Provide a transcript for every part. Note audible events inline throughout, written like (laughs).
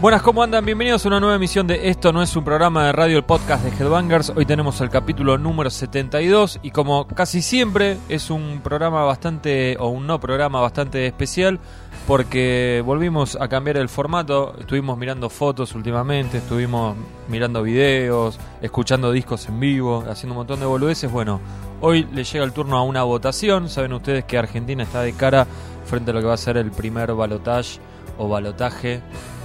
Buenas, ¿cómo andan? Bienvenidos a una nueva emisión de Esto no es un programa de radio, el podcast de Headbangers. Hoy tenemos el capítulo número 72 y como casi siempre es un programa bastante, o un no programa bastante especial porque volvimos a cambiar el formato, estuvimos mirando fotos últimamente, estuvimos mirando videos, escuchando discos en vivo, haciendo un montón de boludeces. Bueno, hoy le llega el turno a una votación, saben ustedes que Argentina está de cara frente a lo que va a ser el primer balotage o balotaje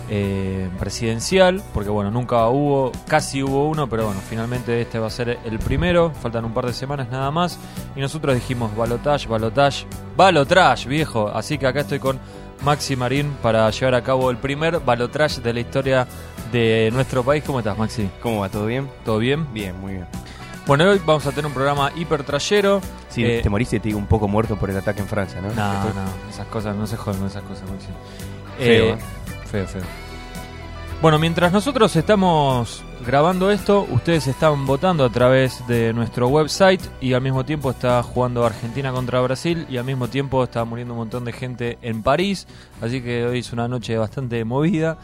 eh, presidencial, porque bueno, nunca hubo, casi hubo uno, pero bueno, finalmente este va a ser el primero, faltan un par de semanas nada más, y nosotros dijimos balotage, balotage, balotrash, viejo, así que acá estoy con Maxi Marín para llevar a cabo el primer balotrash de la historia de nuestro país. ¿Cómo estás, Maxi? ¿Cómo va? ¿Todo bien? ¿Todo bien? Bien, muy bien. Bueno, hoy vamos a tener un programa hiper trayero. Sí, Eh, te moriste, te digo, un poco muerto por el ataque en Francia, ¿no? No, Estoy- no, esas cosas, no se joden con esas cosas, Maxi. Feo, ¿eh? Feo, feo. Bueno, mientras nosotros estamos grabando esto, ustedes están votando a través de nuestro website y al mismo tiempo está jugando Argentina contra Brasil y al mismo tiempo está muriendo un montón de gente en París, así que hoy es una noche bastante movida.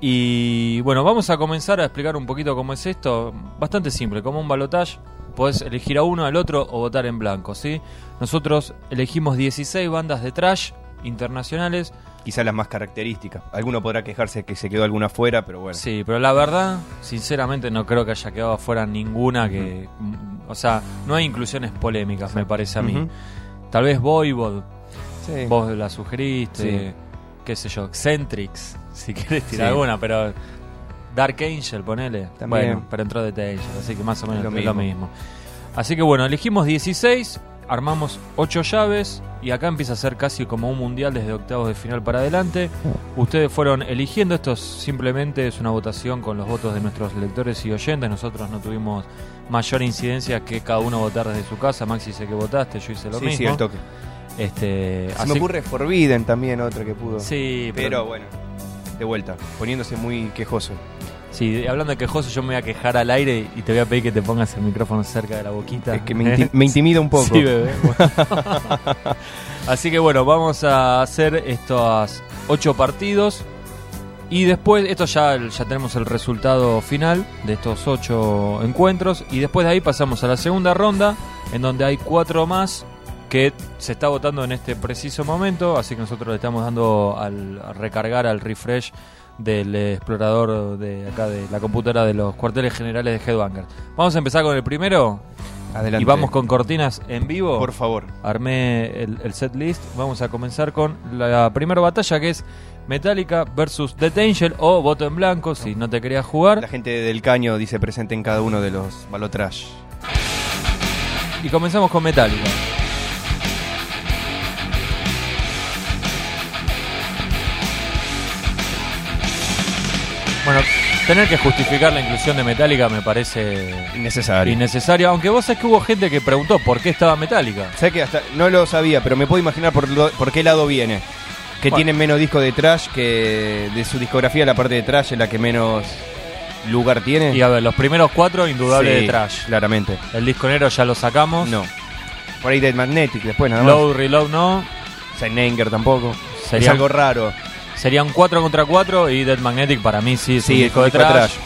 Y bueno, vamos a comenzar a explicar un poquito cómo es esto. Bastante simple, como un balotage, podés elegir a uno, al otro o votar en blanco, ¿sí? Nosotros elegimos 16 bandas de trash internacionales. Quizás las más características. Alguno podrá quejarse que se quedó alguna fuera, pero bueno. Sí, pero la verdad, sinceramente, no creo que haya quedado afuera ninguna que. mm, O sea, no hay inclusiones polémicas, me parece a mí. Ujú. Tal vez Voivod, Sí. vos la sugeriste, Sí. qué sé yo, Centrix, si querés tirar Sí. alguna, pero Dark Angel, ponele. También. Bueno, pero entró The Angel, así que más o menos es lo lo, mismo. Así que bueno, elegimos 16, armamos 8 llaves y acá empieza a ser casi como un mundial desde octavos de final para adelante. Ustedes fueron eligiendo, esto es- simplemente es una votación con los votos de nuestros lectores y oyentes, nosotros no tuvimos mayor incidencia que cada uno votar desde su casa, Maxi dice que votaste, yo hice lo Sí, mismo. sí, el toque. Este, Se así- me ocurre Forbidden también, otra que pudo. Sí, pero, pero, bueno. De vuelta, poniéndose muy quejoso. sí, hablando de quejoso, yo me voy a quejar al aire y te voy a pedir que te pongas el micrófono cerca de la boquita. Es que me, (laughs) inti- me intimida un poco. Sí, bebé. bueno. (laughs) Así que bueno, vamos a hacer estos ocho partidos. Y después, esto ya, ya tenemos el resultado final de estos ocho encuentros. Y después de ahí pasamos a la segunda ronda, en donde hay cuatro más que se está votando en este preciso momento. Así que nosotros le estamos dando al a recargar al refresh del eh, explorador de acá de la computadora de los cuarteles generales de Headbanger. Vamos a empezar con el primero, Adelante. y vamos con cortinas en vivo. Por favor. Armé el, el set list. Vamos a comenzar con la primera batalla que es Metallica versus Dead Angel o voto en blanco si no te querías La jugar. gente del caño dice presente en cada uno de los balotrash. Y comenzamos con Metallica. Bueno, tener que justificar la inclusión de Metallica me parece Innecesario. innecesario. Aunque vos sabés que hubo gente que preguntó por qué estaba Metallica. Sé que hasta no lo sabía, pero me puedo imaginar por, lo- por qué lado viene. Que Bueno. tienen menos disco de trash, que de su discografía la parte de trash es la que menos lugar tiene. Y a ver, los primeros cuatro, indudable Sí, de trash. Claramente. El disco negro ya lo sacamos. No. Por ahí Dead Magnetic después nada más. Low Reload no. Saint Anger tampoco. Sería- Es algo raro. Serían 4 contra 4 y Dead Magnetic para mí sí es un Sí, el disco de disco de trash. trash.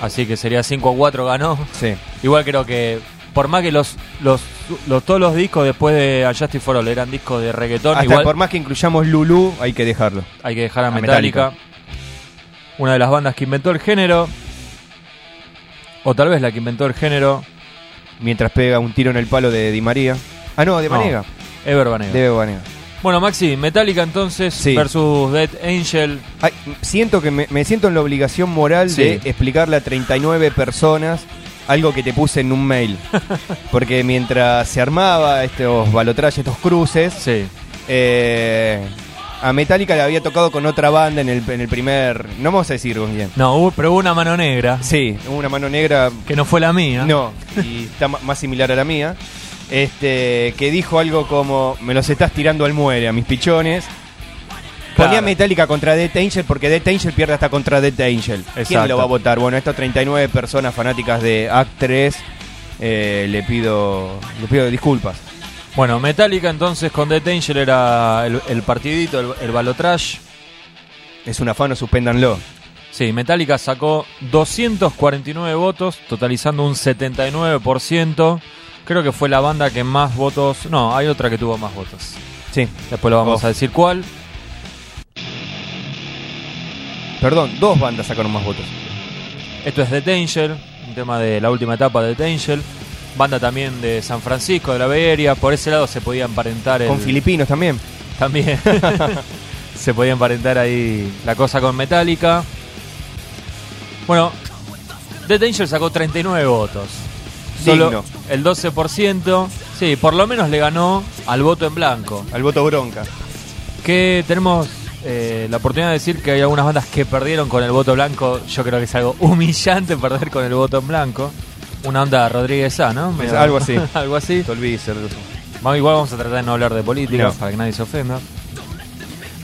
Así que sería 5 a 4 ganó. Sí. Igual creo que por más que los, los, los- todos los discos después de Unjustice for All eran discos de reggaetón, Hasta igual por más que incluyamos Lulu, hay que dejarlo. hay que dejar a a Metallica, Metallica. una de las bandas que inventó el género, o tal vez la que inventó el género, Mientras pega un tiro en el palo de Di María. Ah, no, de No, Vanega. Ever Van Halen. De Vanega. Bueno, Maxi, Metallica entonces Sí. versus Dead Angel. Ay, siento que me, me siento en la obligación moral Sí. de explicarle a 39 personas algo que te puse en (laughs) un mail. Porque mientras se armaba estos balotrajes, estos cruces, Sí. eh, a Metallica le había tocado con otra banda en el, en el primer. No vamos a decir con quién. No, hubo- pero hubo una mano negra, Sí, una mano negra. que no fue la mía. No, y está ma- más similar a la mía. Este, que dijo algo como: Me los estás tirando al muere a mis pichones. Ponía Claro. Metallica contra Death Angel porque Death Angel pierde hasta contra Death Angel. Exacto. ¿Quién lo va a votar? Bueno, estas 39 personas fanáticas de Act 3 eh, le pido le pido disculpas. Bueno, Metallica entonces con Dead Angel era el, el partidito, el, el balotrash. Es un afano, suspéndanlo. Sí, Metallica sacó 249 votos, totalizando un 79%. Creo que fue la banda que más votos... No, hay otra que tuvo más votos. Sí. Después lo vamos Oh. a decir cuál. Perdón, dos bandas sacaron más votos. Esto es The Angel, un tema de la última etapa de The Angel. Banda también de San Francisco, de la Bay Area. Por ese lado se podía emparentar el, Con filipinos también. También. (laughs) Se podía emparentar ahí la cosa con Metallica. Bueno, Dead Angel sacó 39 votos. Digno. Solo el 12%. Sí, por lo menos le ganó al voto en blanco. Al voto bronca. Que tenemos eh, la oportunidad de decir que hay algunas bandas que perdieron con el voto blanco. Yo creo que es algo humillante (laughs) perder con el voto en blanco. Una onda Rodríguez A, ¿no? Medio- algo así. (laughs) algo así. Te olvides, cerdo. Vamos, Igual vamos a tratar de no hablar de política No. para que nadie se ofenda.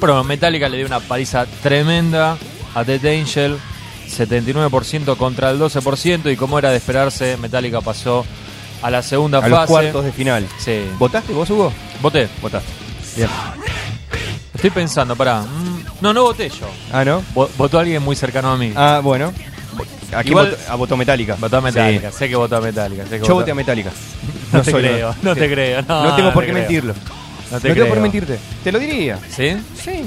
Pero Metallica le dio una paliza tremenda a Dead Angel, 79% contra el 12%, y como era de esperarse, Metallica pasó a la segunda A fase. los cuartos de final. Sí. ¿Votaste vos, Hugo? Voté. Votaste. Estoy pensando, pará. Mm, No, no voté yo. Ah, ¿no? Vo- Votó alguien muy cercano a mí. Ah, bueno. Aquí Igual- votó, ah, votó Metallica. Votó a Metallica, sé que votó a Metallica. sé que Sí. Yo votó- voté a (laughs) Metallica. No, te soy- creo, no te creo. No, No tengo no por te qué creo. mentirlo. No No te tengo por creo. qué mentirte. Te lo diría. ¿Sí? Sí.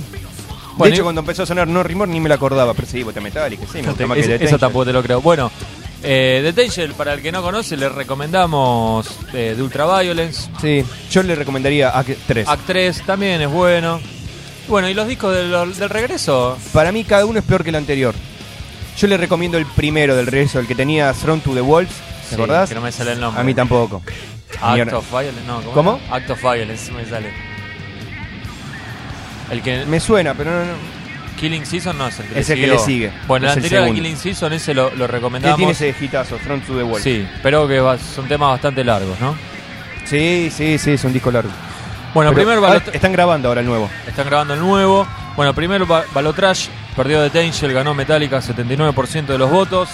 Bueno, de y- hecho, cuando empezó a sonar No Rimor ni me la acordaba, pero sí, voté a Metallica. Sí, me No te- gustó más que es- Dead eso Angel. tampoco te lo creo. Bueno, eh, The Tangel, para el que no conoce, le recomendamos eh, de Ultraviolence. Sí, yo le recomendaría Act 3. Act 3 también es bueno. Bueno, ¿y los discos del, del regreso? Para mí, cada uno es peor que el anterior. Yo le recomiendo el primero del regreso, el que tenía Throne to the Wolves. Sí, ¿Te acordás? que no me sale el nombre. A mí tampoco. A mí Act ahora- of Violence, no. ¿cómo? ¿Cómo? era? Act of Violence, sí me sale. El que. Me suena, pero no. no. Killing Season no es el que, Es el que le sigue. Bueno, Es el el anterior a segundo. Killing Season, ese lo, lo ¿Qué tiene recomendamos. ese hitazo, Throne to the Wolves? sí, pero que va- son temas bastante largos, ¿no? sí, sí, sí, es un disco largo. Bueno, Pero- primero ah, va Están grabando ahora el nuevo. Están grabando el nuevo. Bueno, primero Ba- Balotrash perdió de Angel, ganó Metallica 79% de los votos.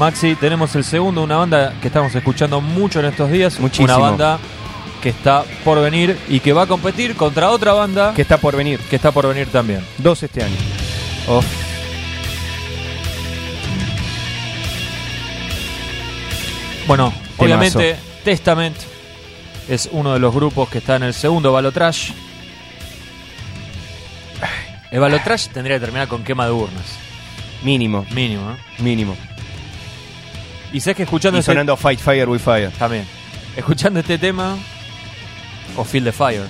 Maxi, tenemos el segundo, una banda que estamos escuchando mucho en estos días. Muchísimo. Una banda que está por venir y que va a competir contra otra banda Que que, está por venir. está por venir también. Dos este año. Oh. Bueno, Temazo. obviamente Testament es uno de los grupos que está en el segundo Balotrash. El Balotrash tendría que terminar con quema de urnas, Mínimo, mínimo. ¿eh? mínimo. Y sabes que escuchando y ese- sonando Fight Fire with Fire También. Escuchando este tema, o Feel the Fire.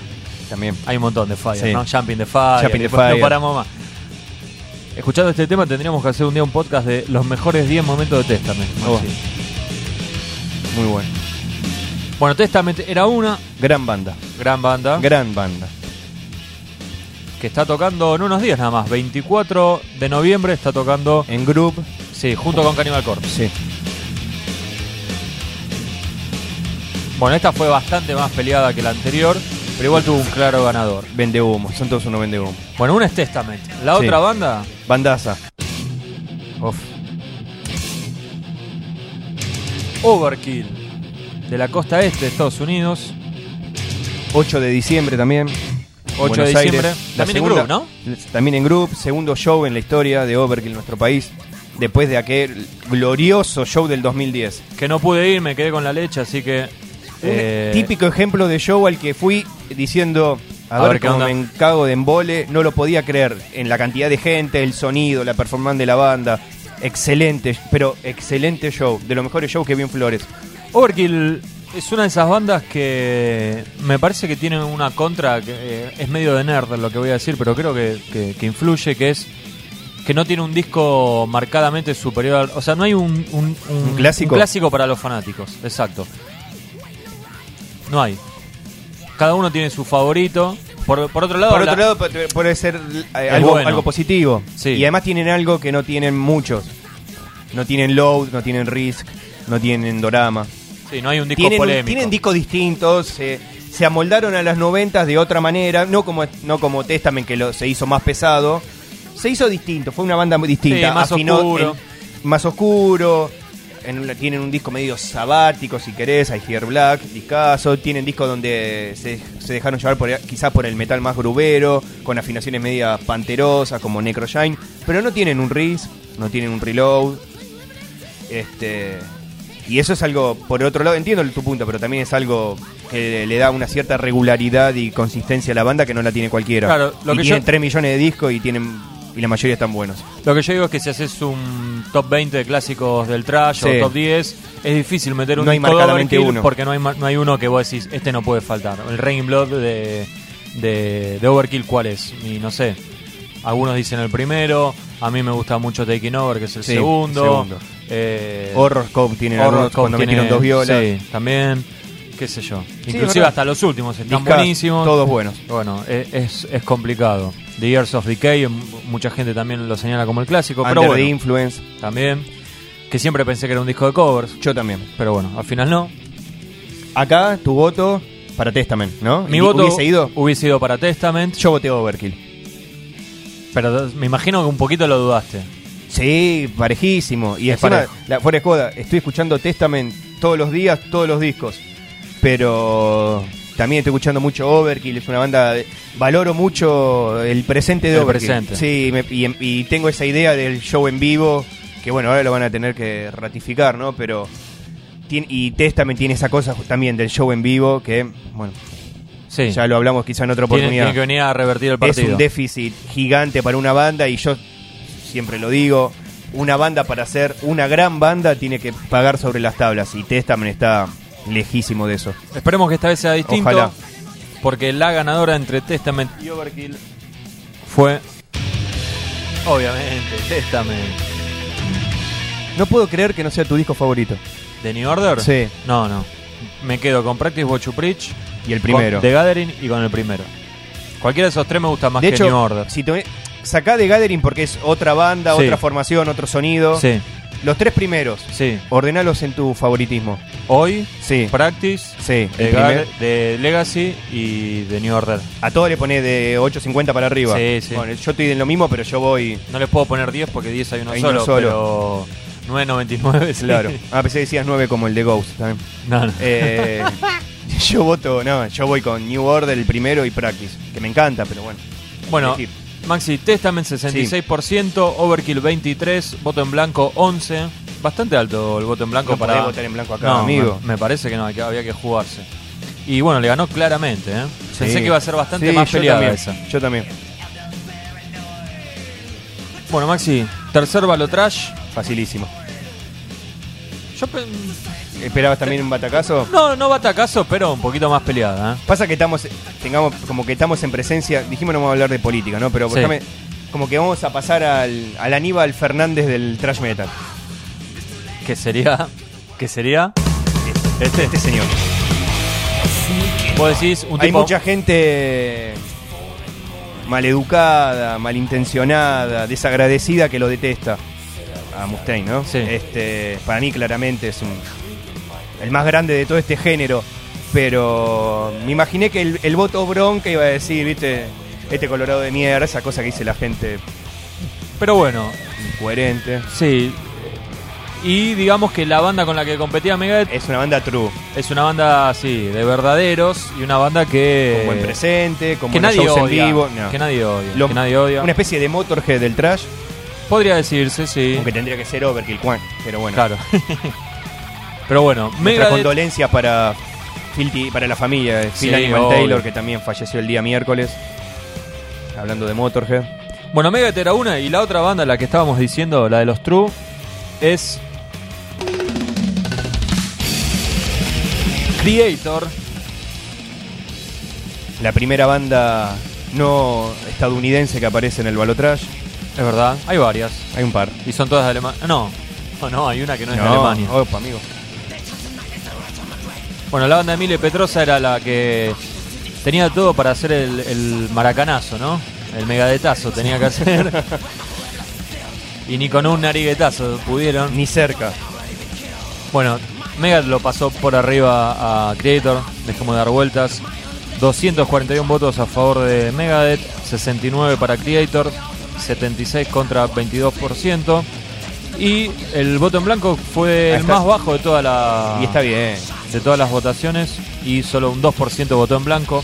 también. Hay un montón de fire, Sí. ¿no? Jumping the Fire. Jumping the después Fire. No paramos más. Escuchando este tema, tendríamos que hacer un día un podcast de los mejores 10 momentos de Testament. Oh. Maxi. Muy bueno. Bueno, Testament era una Gran banda, gran banda gran banda. que está tocando en unos días nada más. 24 de noviembre está tocando, En group, sí, junto con Cannibal Corpse. sí. Bueno, esta fue bastante más peleada que la anterior, pero igual tuvo un claro ganador. Vende humo, son todos uno vende humo. Bueno, una es Testament. La Sí. otra banda Bandaza. Uf. Overkill de la costa este de Estados Unidos. 8 de diciembre también. 8 de Buenos Aires. diciembre. La También en segunda- group, ¿no? También en group, segundo show en la historia de Overkill en nuestro país, después de aquel glorioso show del 2010. Que no pude ir, me quedé con la leche, así que. Un eh, típico ejemplo de show al que fui diciendo, a, A ver, ver, ¿qué cómo onda? me encago de embole, no lo podía creer en la cantidad de gente, el sonido, la performance de la banda. Excelente, pero excelente show, de los mejores shows que vi en Flores. Overkill es una de esas bandas que me parece que tienen una contra, que eh, es medio de nerd lo que voy a decir, pero creo que, que- que influye, que es que no tiene un disco marcadamente superior. al- o sea, no hay un, un- un- ¿Un clásico? un clásico para los fanáticos, exacto. No hay. Cada uno tiene su favorito. Por, por otro lado, Por la- otro lado, pu- puede ser eh, algo, bueno. algo positivo. Sí. Y además tienen algo que no tienen muchos. No tienen Load, no tienen Risk, no tienen Dorama. sí, no hay un disco Tienen, polémico. tienen discos distintos, se- se amoldaron a las noventas de otra manera, no como, no como Testament que lo, se hizo más pesado. Se hizo distinto, fue una banda muy distinta. Sí, más oscuro. en- más oscuro. en una- tienen un disco medio sabático, si querés, I Fear Black, discaso. Tienen discos donde se, se dejaron llevar por, quizás por el metal más grubero, con afinaciones media panterosas, como Necroshine. Pero no tienen un Riz, no tienen un reload. Este, y eso es algo, por otro lado, entiendo tu punto, pero también es algo que le da una cierta regularidad y consistencia a la banda que no la tiene cualquiera. Claro, lo y que tienen yo- 3 millones de discos y tienen y la mayoría están buenos. Lo que yo digo es que si haces un top 20 de clásicos del trash Sí. o top 10, es difícil meter un No hay disco de marcadamente Overkill uno. porque no hay, ma- no hay uno que vos decís, este no puede faltar. El Rain Blood de, de, de Overkill, ¿cuál es? Y no sé. Algunos dicen el primero, a mí me gusta mucho Taking Over, que es el Sí, el segundo. segundo. Eh, Horror Cop tiene Horror algunos Cove cuando tiene- metieron dos violas. Sí, también, qué sé yo. Inclusive verdad. hasta los últimos están Discas, buenísimos. Todos buenos. Bueno, e- es, es complicado. The Years of Decay, m- mucha gente también lo señala como el clásico, Under pero the bueno, Influence. también. Que siempre pensé que era un disco de covers, Yo también. pero bueno, al final no. Acá tu voto para Testament, ¿no? Mi ¿Y voto hubiese ido. hubiese ido para Testament, Yo voté Overkill. pero me imagino que un poquito lo dudaste. Sí, parejísimo. Y Es encima, parejo. la, fuera de joda, estoy escuchando Testament todos los días, todos los discos. Pero también estoy escuchando mucho Overkill, es una banda. de- valoro mucho el presente de El Overkill. presente. Sí, me- y, y tengo esa idea del show en vivo, que bueno, ahora lo van a tener que ratificar, ¿no? Pero. tien- y Testament tiene esa cosa también del show en vivo, que, bueno, Sí, ya lo hablamos quizá en otra tiene, oportunidad. tiene que venir a revertir el Es partido. un déficit gigante para una banda y yo siempre lo digo, una banda para ser una gran banda tiene que pagar sobre las tablas y Testament está lejísimo de eso. Esperemos que esta vez sea distinto, Ojalá. porque la ganadora entre Testament y Overkill fue, obviamente, Testament. No puedo creer que no sea tu disco favorito. ¿De New Order? Sí. No, no. Me quedo con Practice What You Preach. Y el primero. Con The Gathering y con el primero. Cualquiera de esos tres me gusta más de que hecho, New Order. si te- sacá de Gathering porque es otra banda, Sí. otra formación, otro sonido. Sí, Los tres primeros, sí. ordenalos en tu favoritismo. Hoy, Sí. Practice, Sí, The, el primer- Gather- The Legacy y The New Order. a todo le pones de 8.50 para arriba. Sí, sí. Bueno, yo estoy en lo mismo, pero yo voy... No les puedo poner 10 porque 10 hay uno Hay uno solo, solo. pero 9.99 sí. (laughs) Claro. A pesar decías 9 como el de Ghost también. No, no. Eh, (laughs) yo voto, no, yo voy con New Order el primero y Practice, que me encanta, pero bueno. Bueno, elegir. Maxi, Testament 66%, Overkill 23, voto en blanco 11. Bastante alto el voto en blanco No para podés votar en blanco acá, No, amigo. Me, me parece que no, que había que jugarse. Y bueno, le ganó claramente, ¿eh? Pensé Sí. que iba a ser bastante Sí, más yo peleada también, esa. Yo también. Bueno, Maxi, tercer balotrash. Facilísimo. Yo pen- ¿Esperabas también un batacazo? no, no batacazo, pero un poquito más peleada, ¿eh? Pasa que estamos, tengamos, como que estamos en presencia, dijimos no vamos a hablar de política, ¿no? Pero Sí. déjame- como que vamos a pasar al, al Aníbal Fernández del trash metal. Que sería. Que sería. Este. Este señor. Vos decís un Hay tipo. mucha gente maleducada, malintencionada, desagradecida que lo detesta a Mustaine, ¿no? Sí. Este, para mí claramente es un, el más grande de todo este género, pero me imaginé que el, el voto bronca iba a decir, viste, este colorado de mierda, esa cosa que dice la gente Pero bueno, incoherente. sí. Y digamos que la banda con la que competía Megadeth Es una banda true, es una banda, sí, de verdaderos y una banda que. con buen presente, con Eh, que buenos nadie, shows odia, en vivo. no. que nadie odia. Lo- Que nadie odia. Una especie de Motorhead del trash, Podría decirse, sí. aunque tendría que ser Overkill Juan, pero bueno. Claro. (laughs) Pero bueno, Nuestra Megadeth, condolencia para Filthy- para la familia de Sí, Phil Animal obvio. Taylor, que también falleció el día miércoles. Hablando de Motorhead. bueno, Megadeth era una y la otra banda, la que estábamos diciendo, la de los True, es Creator. La primera banda no estadounidense que aparece en el Balotrash. Es verdad, hay varias Hay un par. y son todas de Alemania. No, no, no, hay una que no es de Alemania. Opa, amigo. Bueno, la banda de Mile Petrosa era la que tenía todo para hacer el, el maracanazo, ¿no? El megadetazo tenía que (laughs) hacer. y ni con un nariguetazo pudieron. Ni cerca. Bueno, Megadeth lo pasó por arriba a Creator, dejemos de dar vueltas. 241 votos a favor de Megadeth, 69 para Creator, 76 contra 22%. Y el voto en blanco fue Ahí el está. más bajo de, toda la, Y está bien. de todas las votaciones y solo un 2% votó en blanco.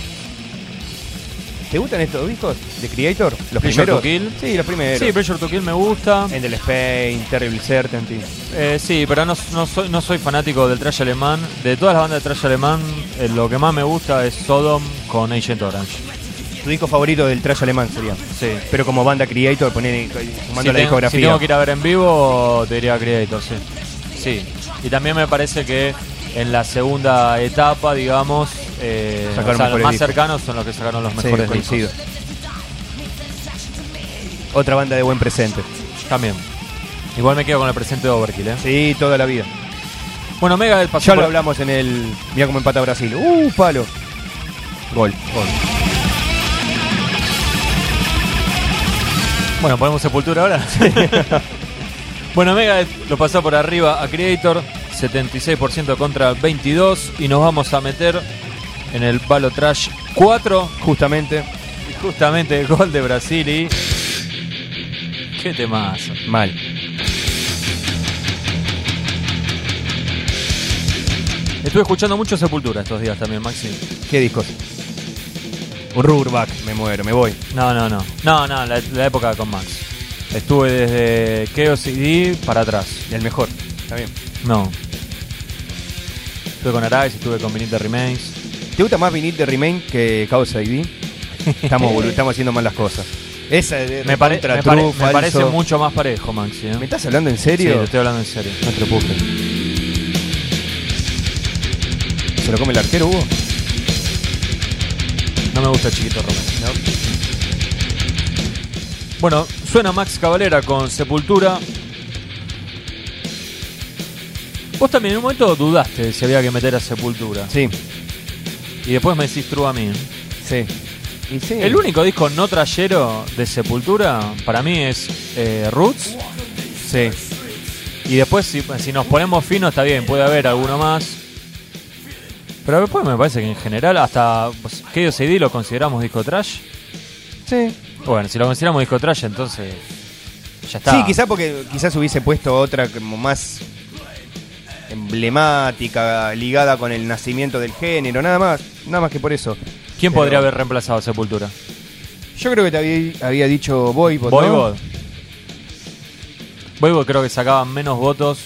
¿Te gustan estos discos de Creator? ¿Los Pleasure primeros? to Kill. Sí, los primeros. Sí, Pressure to Kill me gusta. En del Spain, Terrible Certainty. Eh, sí, pero no, no soy, no soy fanático del trash alemán. De todas las bandas de trash alemán, eh, lo que más me gusta es Sodom con Agent Orange. Tu disco favorito del trash alemán sería. Sí. Pero como banda Creator, poner Si, sumando la tengo- discografía. si tengo que ir a ver en vivo, te diría Creator, sí. Sí. Y también me parece que en la segunda etapa, digamos, eh, o Sacaron sea, los mejores más discos. cercanos son los que sacaron los Sí, mejores coincido. discos. Otra banda de buen presente. También. Igual me quedo con el presente de Overkill, ¿eh? Sí, toda la vida. Bueno, Mega del pasado. Ya lo hablamos en el. Mira cómo empata Brasil. ¡Uh, palo! Gol. Bueno, ponemos sepultura ahora. (laughs) bueno, Mega lo pasó por arriba a Creator, 76% contra 22 y nos vamos a meter en el Balo Trash 4, Justamente. y justamente el gol de Brasil y qué temazo. Mal. Estuve escuchando mucho sepultura estos días también, Maxi. ¿Qué discos? Un Rubberback. Me muero, me voy. No, no, no. No, no, la, la época con Max. Estuve desde Chaos D para atrás. El mejor. Está bien. No. Estuve con Arais, estuve con Vinita Remains. ¿Te gusta más vinil de Remain que Causa ID? Estamos, bolu- estamos haciendo mal las cosas. Esa de Me, pare- recontra me pare- true, me falso. parece mucho más parejo, Maxi. ¿eh? ¿Me estás hablando en Sí, te serio? estoy hablando en serio. No te lo puedo creer. ¿Se lo come el arquero, Hugo? No me gusta Chiquito Romero. Bueno, suena Max Cavalera con Sepultura. Vos también en un momento dudaste de si había que meter a Sepultura. Sí, Y después me decís True a mí. sí. Y sí. El único disco no trayero de Sepultura para mí es eh, Roots. Sí. Y después, si, si nos ponemos finos, está bien, puede haber alguno más. Pero después me parece que en general, hasta pues, Chaos AD lo consideramos disco trash. Sí. Bueno, si lo consideramos disco trash, entonces ya está. Sí, quizás porque quizás hubiese puesto otra como más emblemática, ligada con el nacimiento del género, nada más, nada más que por eso. ¿Quién Pero- podría haber reemplazado a Sepultura? Yo creo que te había, había dicho Voivod, ¿no? Voivod. Voivod creo que sacaba menos votos.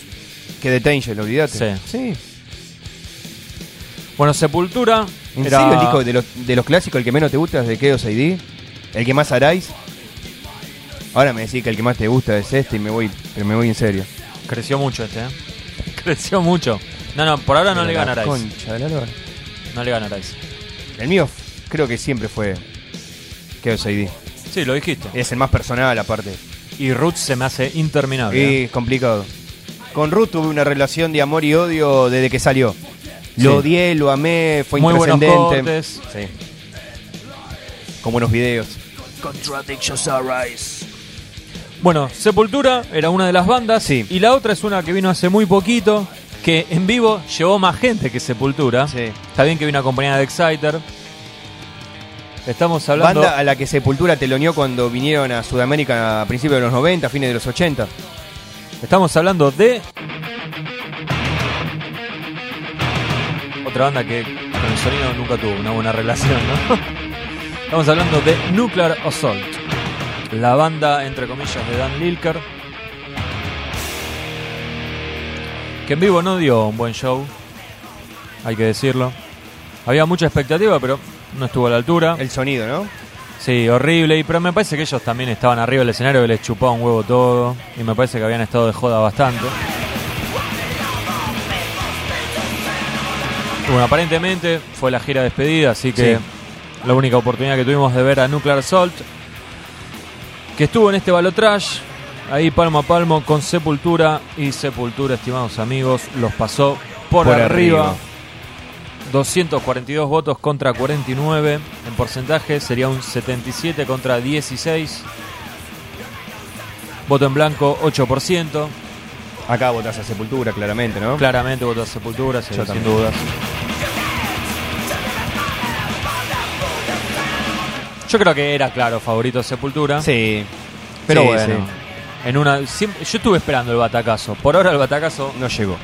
que de Tangel, olvídate. Sí. Bueno, Sepultura ¿En era serio el disco de los, de los clásicos, el que menos te gusta es de Chaos ID? ¿El que más haráis? Ahora me decís que el que más te gusta es este y me voy, pero me voy en serio. creció mucho este, ¿eh? (laughs) Creció mucho. No, no, por ahora no Pero le la ganaráis. concha de la lora. No le ganaráis. El mío f- creo que siempre fue Chaos ID. Sí, lo dijiste. Es el más personal aparte. Y Roots se me hace interminable. ¿eh? Sí, es complicado. Con Ruth tuve una relación de amor y odio desde que salió. Lo Sí. odié, lo amé, fue Muy buenos intrascendente. cortes. Sí. Con buenos videos. Contradictions arise. Bueno, Sepultura era una de las bandas Sí. y la otra es una que vino hace muy poquito, que en vivo llevó más gente que Sepultura. Sí. Está bien que vino acompañada de Exciter. Estamos hablando... Banda a la que Sepultura teloneó cuando vinieron a Sudamérica a principios de los 90, fines de los 80. Estamos hablando de. Otra banda que con el sonido nunca tuvo una buena relación, ¿no? (laughs) Estamos hablando de Nuclear Assault. La banda, entre comillas, de Dan Lilker. Que en vivo no dio un buen show. Hay que decirlo. Había mucha expectativa, pero no estuvo a la altura. El sonido, ¿no? Sí, horrible. Y, pero me parece que ellos también estaban arriba del escenario que les chupaba un huevo todo. Y me parece que habían estado de joda bastante. Bueno, aparentemente fue la gira de despedida, así que Sí. la única oportunidad que tuvimos de ver a Nuclear Salt, que estuvo en este balotrash, ahí palmo a palmo con Sepultura y Sepultura, estimados amigos, los pasó por, Por arriba. arriba. 242 votos contra 49. En porcentaje sería un 77 contra 16. Voto en blanco 8%. Acá votás a Sepultura, claramente, ¿no? Claramente voto a Sepultura, sí, Yo sin también. dudas. Yo creo que era claro favorito Sepultura. Sí. pero Sí, bueno. En una, siempre- yo estuve esperando el batacazo. Por ahora el batacazo sí. No llegó.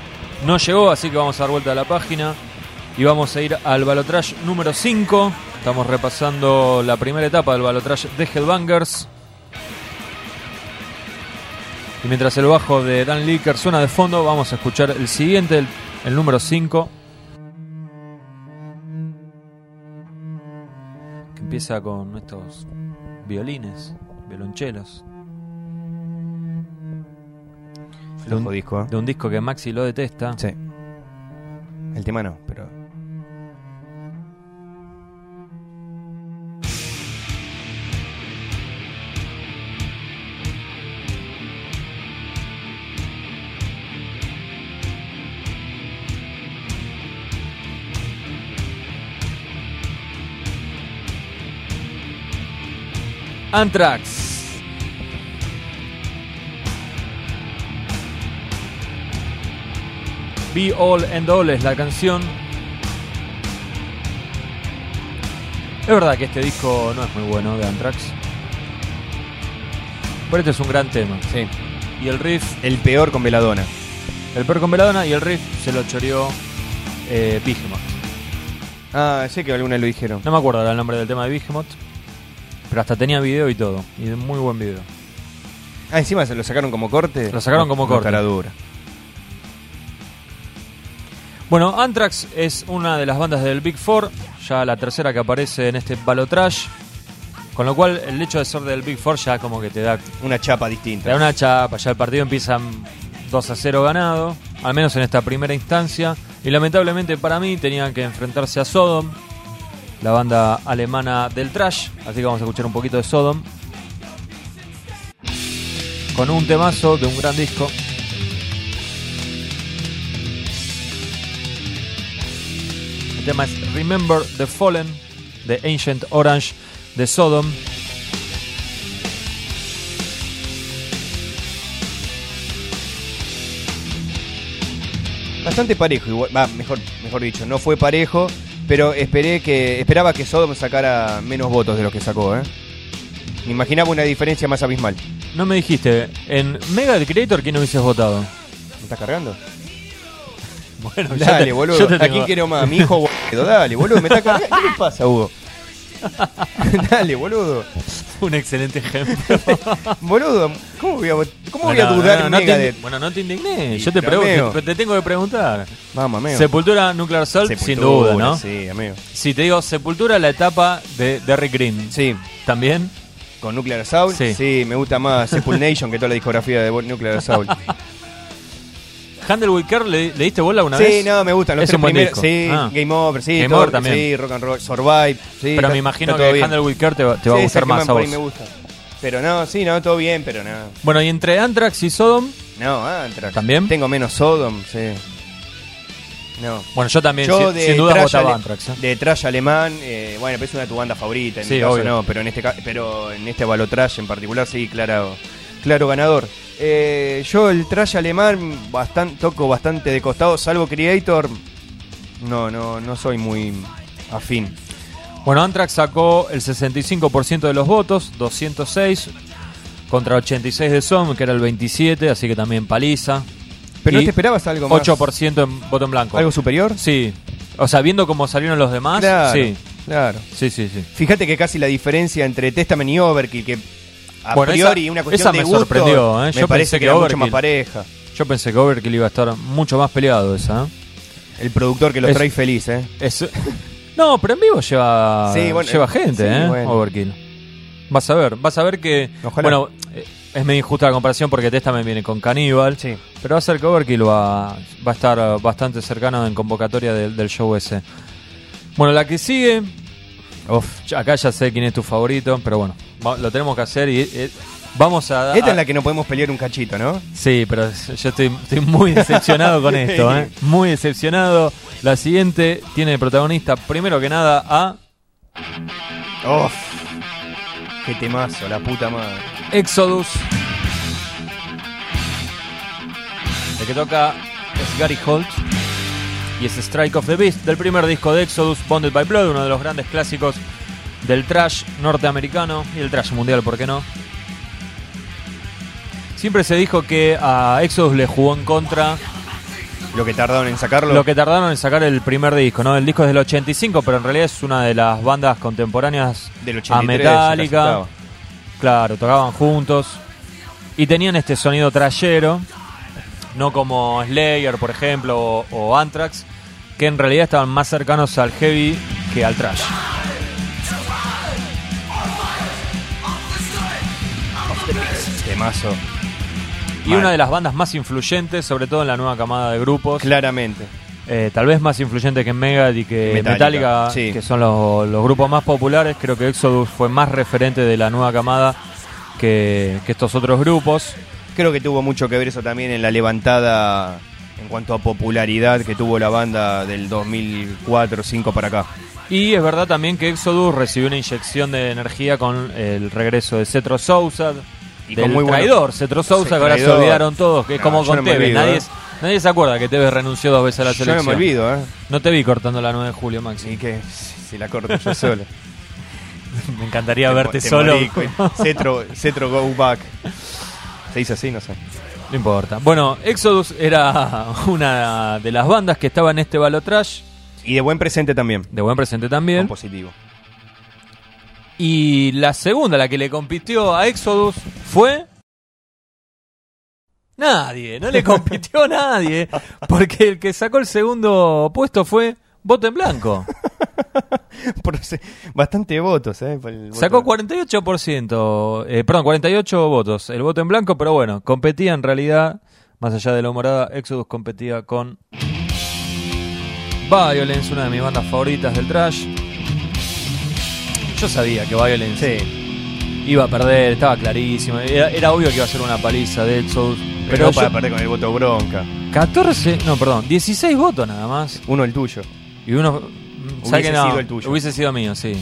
no llegó, así que vamos a dar vuelta a la página y vamos a ir al balotrash número 5. Estamos repasando la primera etapa del balotraje de Hellbangers. Y mientras el bajo de Dan Licker suena de fondo, vamos a escuchar el siguiente, el, el número 5. Que empieza con estos violines, violonchelos. De Flojo un, disco, ¿eh? de un disco que Maxi lo detesta. Sí. El tema no, pero. Anthrax. Be All and All es la canción. Es verdad que este disco no es muy bueno de Anthrax. Pero este es un gran tema. Sí. Y el riff, El peor con Veladona. el perro con Veladona y el riff se lo choreó eh, Behemoth. Ah, sé que alguna lo dijeron. No me acuerdo ahora el nombre del tema de Behemoth. Pero hasta tenía video y todo. Y de muy buen video. Ah, encima se lo sacaron como corte. Lo sacaron como corte. Cara dura. Bueno, Anthrax es una de las bandas del Big Four, ya la tercera que aparece en este balotrash, con lo cual el hecho de ser del Big Four ya como que te da, te Una chapa da distinta. una chapa, ya el partido empieza 2 a 0 ganado, al menos en esta primera instancia, y lamentablemente para mí tenían que enfrentarse a Sodom, la banda alemana del trash, así que vamos a escuchar un poquito de Sodom, con un temazo de un gran disco. El tema es Remember the Fallen de Ancient Orange de Sodom. Bastante parejo, igual, va, mejor, mejor dicho, no fue parejo, pero esperé que esperaba que Sodom sacara menos votos de los que sacó, ¿eh? Me imaginaba una diferencia más abismal. No me dijiste, en Mega the Creator, ¿quién no hubieses votado? ¿Me (laughs) estás cargando? Bueno, ya Dale, te- boludo. ya te ¿A tengo- quién quiero más? Mi hijo, boludo. Dale, boludo. ¿Me estás cargando? ¿Qué le pasa, Hugo? Dale, boludo. (laughs) Un excelente (laughs) ejemplo. Boludo, ¿cómo voy a, vot- cómo voy a Bueno, dudar no, en no te, Megadeth? in- Bueno, no te indigné. Y Yo te pero, pregunto, amigo. te, te tengo que preguntar. Vamos, amigo. Sepultura Nuclear Sol, sin Sepultura, duda, ¿no? Sí, amigo. Si te digo Sepultura, la etapa de Derrick Green. Sí, ¿También? con Nuclear Soul. Sí. Sí, me (laughs) gusta más Sepul Nation que toda la discografía de Bo- Nuclear Soul. ¿Handel Wicker le, le diste bola una sí, vez? no, me gustan los Es tres un buen primeros. disco. Sí, Ah. Game Over, sí, Game todo- Over también. sí, Rock and Roll, Survive. Sí, Pero me imagino que Handel Wicker te va, te va a gustar más a vos. me gusta. Pero no, sí, no, todo bien, pero no. Bueno, y entre Anthrax y Sodom, No, Anthrax. ¿También? Tengo menos Sodom, sí. No. bueno, yo también, Yo sin, de sin duda, thrash votaba ale- Anthrax. ¿eh? De trash alemán, eh, bueno, pero es una de tu banda favorita, en Sí, mi caso obvio. no, pero en este ca- pero en este balotrash en particular sí, claro, claro ganador. Eh, yo el trash alemán bastan- toco bastante de costado, salvo Creator. No, no, no soy muy afín. Bueno, Anthrax sacó el 65% de los votos, 206 contra 86 de Som, que era el 27, así que también paliza. Pero Y no te esperabas algo más. 8% en voto en blanco. ¿Algo superior? Sí. O sea, viendo cómo salieron los demás, claro, sí. claro. Sí, sí, sí. Fíjate que casi la diferencia entre Testament y Overkill, que a Bueno, esa- priori una cuestión esa de me gusto, sorprendió, ¿eh? Yo me pensé parece que que era mucho Overkill. más pareja. Yo pensé que Overkill iba a estar mucho más peleado esa. ¿eh? El productor que los Es- trae feliz, ¿eh? Es- No, pero en vivo lleva, Sí, bueno, lleva eh, gente, sí, ¿eh? bueno. Overkill. Vas a ver, vas a ver que. Ojalá. Bueno, eh, es medio injusta la comparación porque Testa me viene con Caníbal. Sí. Pero va a ser que Overkill va, va a estar eh, bastante cercano en convocatoria del, del show ese. Bueno, la que sigue. Uf. ya- Acá ya sé quién es tu favorito, pero bueno, va- lo tenemos que hacer y eh, vamos a. Esta a- es la que no podemos pelear un cachito, ¿no? Sí, pero es- yo estoy, estoy muy decepcionado con esto, ¿eh? Muy decepcionado. La siguiente tiene de protagonista, primero que nada, a Uf. Qué temazo, la puta madre. Exodus. El que toca es Gary Holt. Y es Strike of the Beast, del primer disco de Exodus, Bonded by Blood, uno de los grandes clásicos del trash norteamericano y el trash mundial, ¿por qué no? Siempre se dijo que a Exodus le jugó en contra Lo que tardaron en sacarlo. Lo que tardaron en sacar el primer disco, ¿no? El disco es del 85, pero en realidad es una de las bandas contemporáneas del 83. a Metallica. resultado. Claro, tocaban juntos. Y tenían este sonido trayero, no como Slayer, por ejemplo, o, o Anthrax, que en realidad estaban más cercanos al heavy que al trash. Temazo. Y Mal. una de las bandas más influyentes, sobre todo en la nueva camada de grupos. Claramente. Eh, tal vez más influyente que Megadeth y que Metallica, Metallica, sí. que son los, los grupos más populares. Creo que Exodus fue más referente de la nueva camada que, que estos otros grupos. Creo que tuvo mucho que ver eso también en la levantada en cuanto a popularidad que tuvo la banda del 2004-5 para acá. Y es verdad también que Exodus recibió una inyección de energía con el regreso de Cetro Sousa, Y del con muy buenos- traidor Cetro Sousa, que ahora se traidor. olvidaron todos, que es No, como yo con no me Tevez. olvido, nadie, ¿eh? es- nadie se acuerda que Tevez renunció dos veces a la Yo no selección. me olvido, ¿eh? No te vi cortando la 9 de julio, Maxi. Así que si la corto yo solo. (laughs) Me encantaría Te mo- verte te solo. morí, (laughs) cu- Cetro, Cetro Go Back. Se dice así, no sé. No importa. Bueno, Exodus era (laughs) una de las bandas que estaba en este Balotrash, Y de buen presente también. de buen presente también. Con positivo. (laughs) Y la segunda, la que le compitió a Exodus, fue. Nadie, no le compitió nadie, porque el que sacó el segundo puesto fue Voto en Blanco. Por ese- Bastante votos, ¿eh? Por el voto. Sacó 48%, eh, perdón, 48 votos, el voto en blanco, pero bueno, competía en realidad, más allá de la humorada, Exodus competía con Violence, una de mis bandas favoritas del trash. Yo sabía que Violence Sí. iba a perder, estaba clarísimo, era, era obvio que iba a ser una paliza de Exodus, Pero pero, no para yo- perder con el voto bronca. 14, no, perdón, 16 votos nada más. Uno el tuyo. Y uno. mm, Hubiese ¿sabe que no? sido el tuyo. Hubiese sido mío, sí.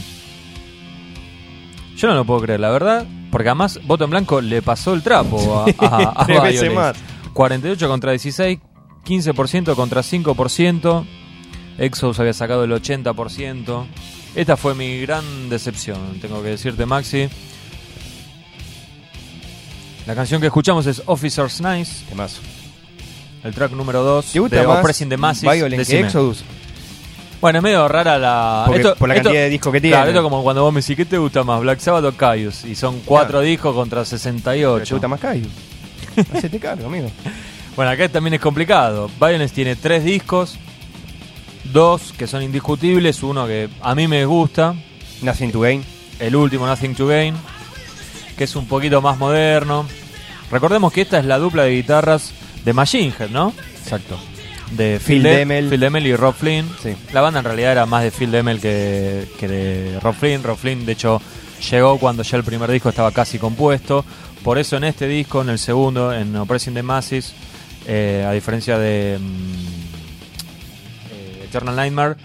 Yo no lo puedo creer, la verdad. Porque además, voto en blanco le pasó el trapo a, (laughs) a, a Tres veces Violence. más. 48 contra 16, 15% contra 5%. Exodus había sacado el 80%. Esta fue mi gran decepción, tengo que decirte, Maxi. La canción que escuchamos es Officers Nice, ¿Qué más? el track número 2 ¿Te gusta de más Oppressing the Masses. Violent que Decime. Exodus? Bueno, es medio rara la. Porque- por la cantidad de discos que Claro, tiene. esto como cuando vos me decís, ¿qué te gusta más? Black Sabbath o Caius. Y son cuatro Claro. discos contra Pero te 68. gusta (laughs) más Caio. Hacete cargo, amigo. Bueno, acá también es complicado. Violence tiene tres discos, dos que son indiscutibles, uno que a mí me gusta, Nothing to gain. el último, Nothing to Gain, que es un poquito más moderno. Recordemos que esta es la dupla de guitarras de Machine Head, ¿no? Exacto. De Phil Phil, De- Demmel. Phil Demmel y Rob Flynn. Sí. La banda en realidad era más de Phil Demmel que, que de Rob Flynn. Rob Flynn, de hecho, llegó cuando ya el primer disco estaba casi compuesto. Por eso en este disco, en el segundo, en Oppressing the Masses, eh, a diferencia de mm, eh, Eternal Nightmare,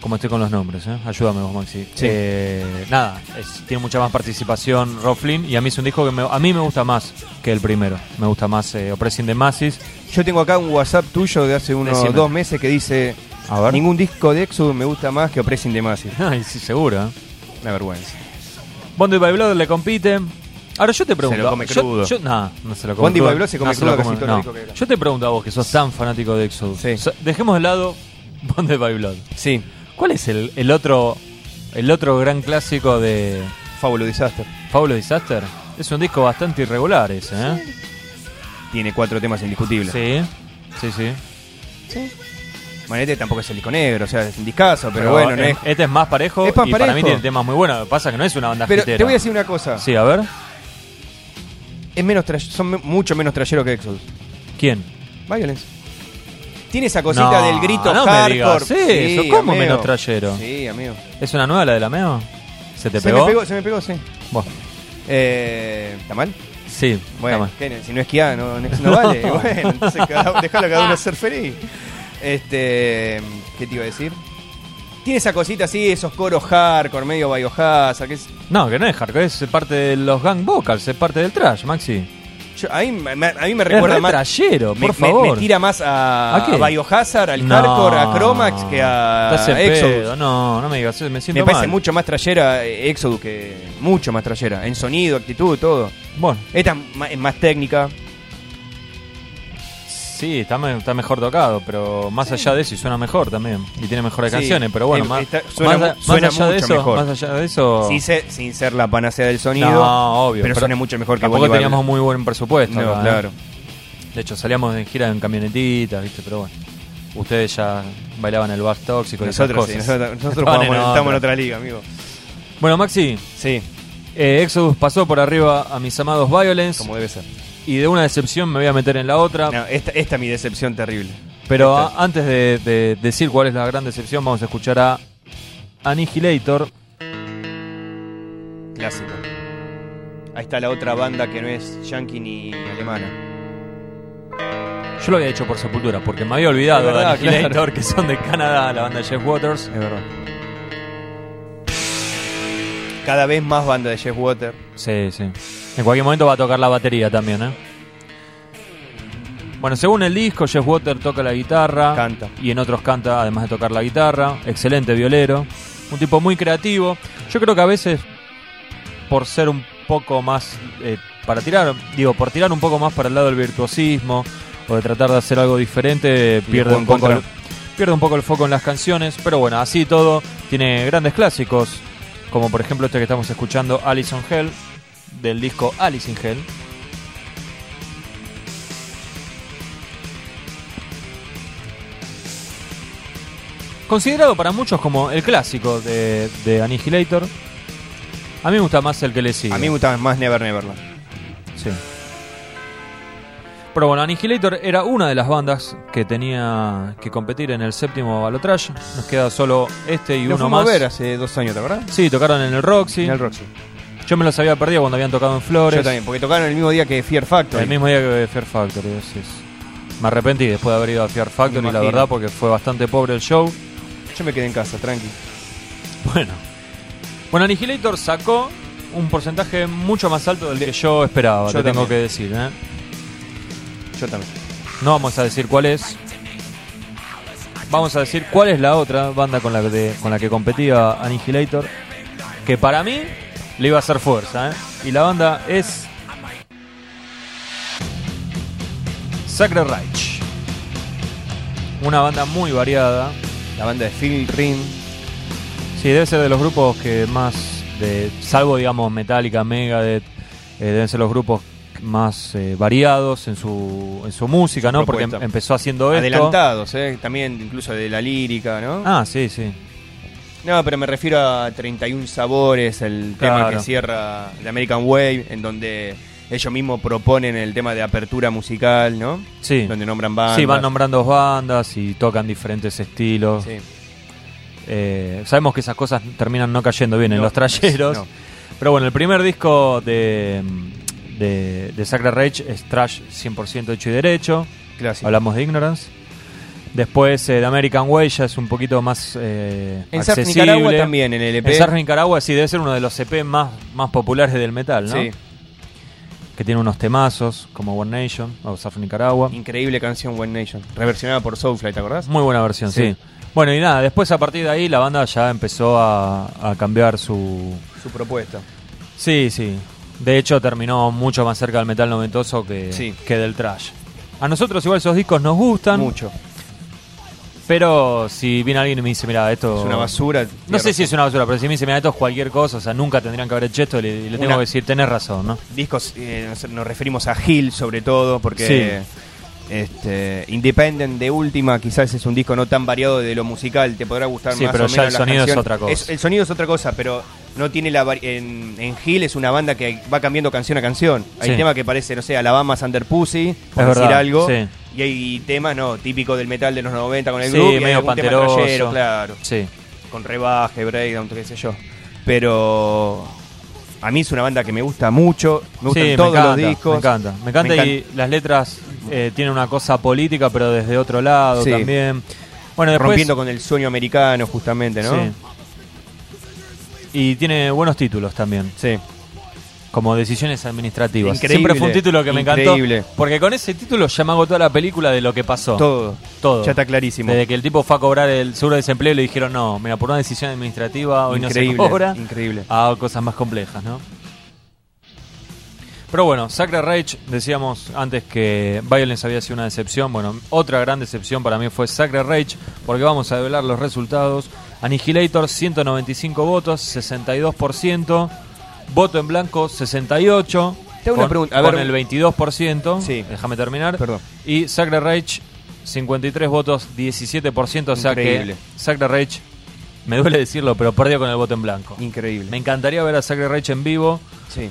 como estoy con los nombres, ¿eh? ayúdame vos, Maxi. Sí. Eh, nada, es- tiene mucha más participación Rob Flynn y a mí es un disco que me- a mí me gusta más que el primero. Me gusta más eh, Oppressing the Masses. (laughs) Yo tengo acá un WhatsApp tuyo de hace unos Decime. dos meses que dice: A ver. Ningún disco de Exodus me gusta más que Oppressing the Masses. Ay, sí, seguro. ¿eh? Una vergüenza. Bondi by Blood le compite. Ahora yo te pregunto. Se lo come yo- crudo. yo- nah, no se lo come Bondi crudo. by Blood se come No crudo lo casi todo lo no. rico que era. Yo te pregunto a vos, que sos tan fanático de Exodus. Sí. So- dejemos de lado Bondi by Blood. Sí, ¿Cuál es el, el otro el otro gran clásico de Fabulous Disaster. Fabulous Disaster? Es un disco bastante irregular ese, ¿eh? Tiene cuatro temas indiscutibles. Sí. Sí, sí. Manete tampoco es el disco negro, o sea, es un discazo, pero, bueno, no eh, es. Este es más parejo Es más y para parejo. mí tiene temas muy buenos. Lo que Pasa es que no es una banda Pero hitera. te voy a decir una cosa: Sí, a ver. es menos tra- son me- mucho menos trayero que Exodus. ¿Quién? Violence. Tiene esa cosita No, del grito no me hardcore. digas eso, ¿cómo amigo. menos trayero? Sí, amigo. ¿Es una nueva la de la MEO? ¿Se te se pegó? me pegó, se me pegó, sí. Buah. Eh, ¿Está mal? Sí, Bueno, está mal. ¿qué? si no es Kia, no, no, no (laughs) vale. Bueno, entonces cada- dejalo a cada uno ser feliz. Este, ¿Qué te iba a decir? Tiene esa cosita así, esos coros hardcore, medio biohazard. Que es- No, que no es hardcore, es parte de los gang vocals, es parte del trash, Maxi. yo- a, mí, me- me- a mí me Es recuerda re más. trayero, por me, me- favor. Me, tira más a, ¿A qué? a Biohazard, al No, hardcore, a Chromax que a estás en Exodus. pedo, No, no me digas, me siento Me mal. parece mucho más trayera eh, Exodus que. Mucho más trayera. En sonido, actitud, todo. Bueno, Esta es ma- es más técnica. Sí, está, me- está mejor tocado, pero más allá de eso, y suena mejor también. Y tiene mejores Sí. canciones, pero bueno, Eh, más, está- más a- suena mu- más suena allá de mucho eso, mejor. más allá de eso. Sin ser, sin ser la panacea del sonido. Oh. no, obvio. Pero, suena mucho mejor que Tampoco Bolívar. teníamos muy buen presupuesto. No, acá, ¿eh? claro. De hecho, salíamos de gira en camionetitas, ¿viste? Pero bueno, ustedes ya bailaban el bar tóxico y esas Nosotros, sí, cosas. (laughs) nosotros, nosotros Estaban jugamos- en estamos otra. en otra liga, amigo. Bueno, Maxi, Sí, eh, Exodus pasó por arriba a mis amados Violence como debe ser. y de una decepción me voy a meter en la otra. No, este- esta, esta es mi decepción terrible. Pero Esta- a- antes de, de decir cuál es la gran decepción, vamos a escuchar a Annihilator. Clásico. Ahí está la otra banda que no es yankee ni alemana. Yo lo había hecho por Sepultura, porque me había olvidado Es verdad, de Annihilator, que son de Canadá, la banda Jeff Waters. Es verdad. Cada vez más banda de Jeff Water. Sí, sí. En cualquier momento va a tocar la batería también, ¿eh? Bueno, según el disco, Jeff Water toca la guitarra. Canta. Y en otros canta, además de tocar la guitarra. Excelente violero. Un tipo muy creativo. Yo creo que a veces, por ser un poco más. eh, para tirar, digo, por tirar un poco más para el lado del virtuosismo. O de tratar de hacer algo diferente, pierde jugó un en poco. contra. el- pierde un poco el foco en las canciones, pero bueno, así y todo, tiene grandes clásicos, como por ejemplo este que estamos escuchando, Alice in Hell, del disco Alice in Hell. Considerado para muchos como el clásico de, de Annihilator, a mí me gusta más el que le sigue. A mí me gusta más Never Neverland. Sí. Pero bueno, Annihilator era una de las bandas que tenía que competir en el séptimo Balotrash. Nos queda solo este y Lo uno fuimos más. a ver hace dos años, ¿te acordás? Sí, tocaron en el Roxy. En el Roxy. Yo me los había perdido cuando habían tocado en Flores. Yo también, porque tocaron el mismo día que Fear Factory. El mismo día que Fear Factory, así es. Me arrepentí después de haber ido a Fear Factory, la imagino. verdad, porque fue bastante pobre el (laughs) show. Yo me quedé en casa, tranqui. Bueno. Bueno, Annihilator sacó un porcentaje mucho más alto del que yo esperaba, te Yo tengo también. que decir. ¿eh? Yo también. No vamos a decir cuál es. Vamos a decir cuál es la otra banda con la que, con la que competía Annihilator. Que para mí le iba a hacer fuerza. ¿eh? Y la banda es. Sacred Reich. Una banda muy variada. La banda de Phil Rim. Sí, debe ser de los grupos que más. De, salvo, digamos, Metallica, Megadeth. eh, deben ser los grupos más eh, variados en su, en su música, ¿no? Porque em- propuesta. empezó haciendo esto. Adelantados, ¿eh? También incluso de la lírica, ¿no? Ah, sí, sí. No, pero me refiero a 31 Sabores, el tema Claro. que cierra The American Wave, en donde ellos mismos proponen el tema de apertura musical, ¿no? Sí. Donde nombran bandas. Sí, van nombrando bandas y tocan diferentes estilos. Sí. Eh, sabemos que esas cosas terminan no cayendo bien en No, los trayeros. no. Pero bueno, el primer disco de, de, de Sacred Rage es trash 100% hecho y derecho. Clásico. Hablamos de Ignorance. Después eh, de American Way ya es un poquito más eh, En Surf accesible. Nicaragua también, ¿eh? en el E EP. En Surf Nicaragua sí debe ser uno de los EP más, más populares del metal, ¿no? Sí. Que tiene unos temazos como One Nation o Surf Nicaragua. Increíble canción One Nation. Reversionada por Soulfly, ¿te acordás? Muy buena versión, sí. Sí. Bueno, y nada, después a partir de ahí la banda ya empezó a, a cambiar su... Su propuesta. Sí, sí. De hecho, terminó mucho más cerca del metal noventoso que, Sí. que del trash. A nosotros igual esos discos nos gustan, Mucho. pero si viene alguien y me dice, mira, esto... Es una basura. No tienes sé si es razón. una basura, pero si me dice, mira, esto es cualquier cosa, o sea, nunca tendrían que haber hecho esto, y le, y le tengo Una- que decir, tenés razón, ¿no? Discos, eh, nos- nos referimos a Hill sobre todo, porque este, Independent de última quizás es un disco no tan variado de lo musical, te podrá gustar Sí, más pero o ya menos el las sonido es canciones. otra cosa. el sonido es otra cosa, pero no tiene la vari- en, en Hill es una banda que va cambiando canción a canción. Hay Sí. temas que parece, no sé, Alabama Under Pussy, por Es decir verdad, algo. sí. Y hay temas, no, típico del metal de los 90 con el Sí, grupo. y hay medio algún tema panteroso. trayero, claro Sí. con rebaje, breakdown, qué sé yo. Pero a mí es una banda que me gusta mucho, me gustan Sí, todos encanta, los discos. Me encanta, me encanta Me y las letras eh, tienen una cosa política, pero desde otro lado Sí. también. Bueno, después, rompiendo con el sueño americano justamente, ¿no? sí. Y tiene buenos títulos también, Sí. como decisiones administrativas. Increíble, Siempre fue un título que me increíble. encantó. Porque con ese título ya me hago toda la película de lo que pasó. Todo. Todo. Ya está clarísimo. Desde que el tipo fue a cobrar el seguro de desempleo, le dijeron, no, mira, por una decisión administrativa hoy increíble, ah, no se cobra. increíble. a cosas más complejas, ¿no? Pero bueno, Sacred Rage, decíamos antes que Violence había sido una decepción. Bueno, otra gran decepción para mí fue Sacred Rage, porque vamos a develar los resultados. Annihilator, 195 votos, 62%. Voto en blanco, 68. Te hago una con- pregunta, a con ver. el 22%. Sí. Déjame terminar. Perdón. Y Sacred Rage, 53 votos, 17%. O sea Increíble. que Sacred Rage, me duele decirlo, pero perdió con el voto en blanco. Increíble. Me encantaría ver a Sacred Rage en vivo. Sí.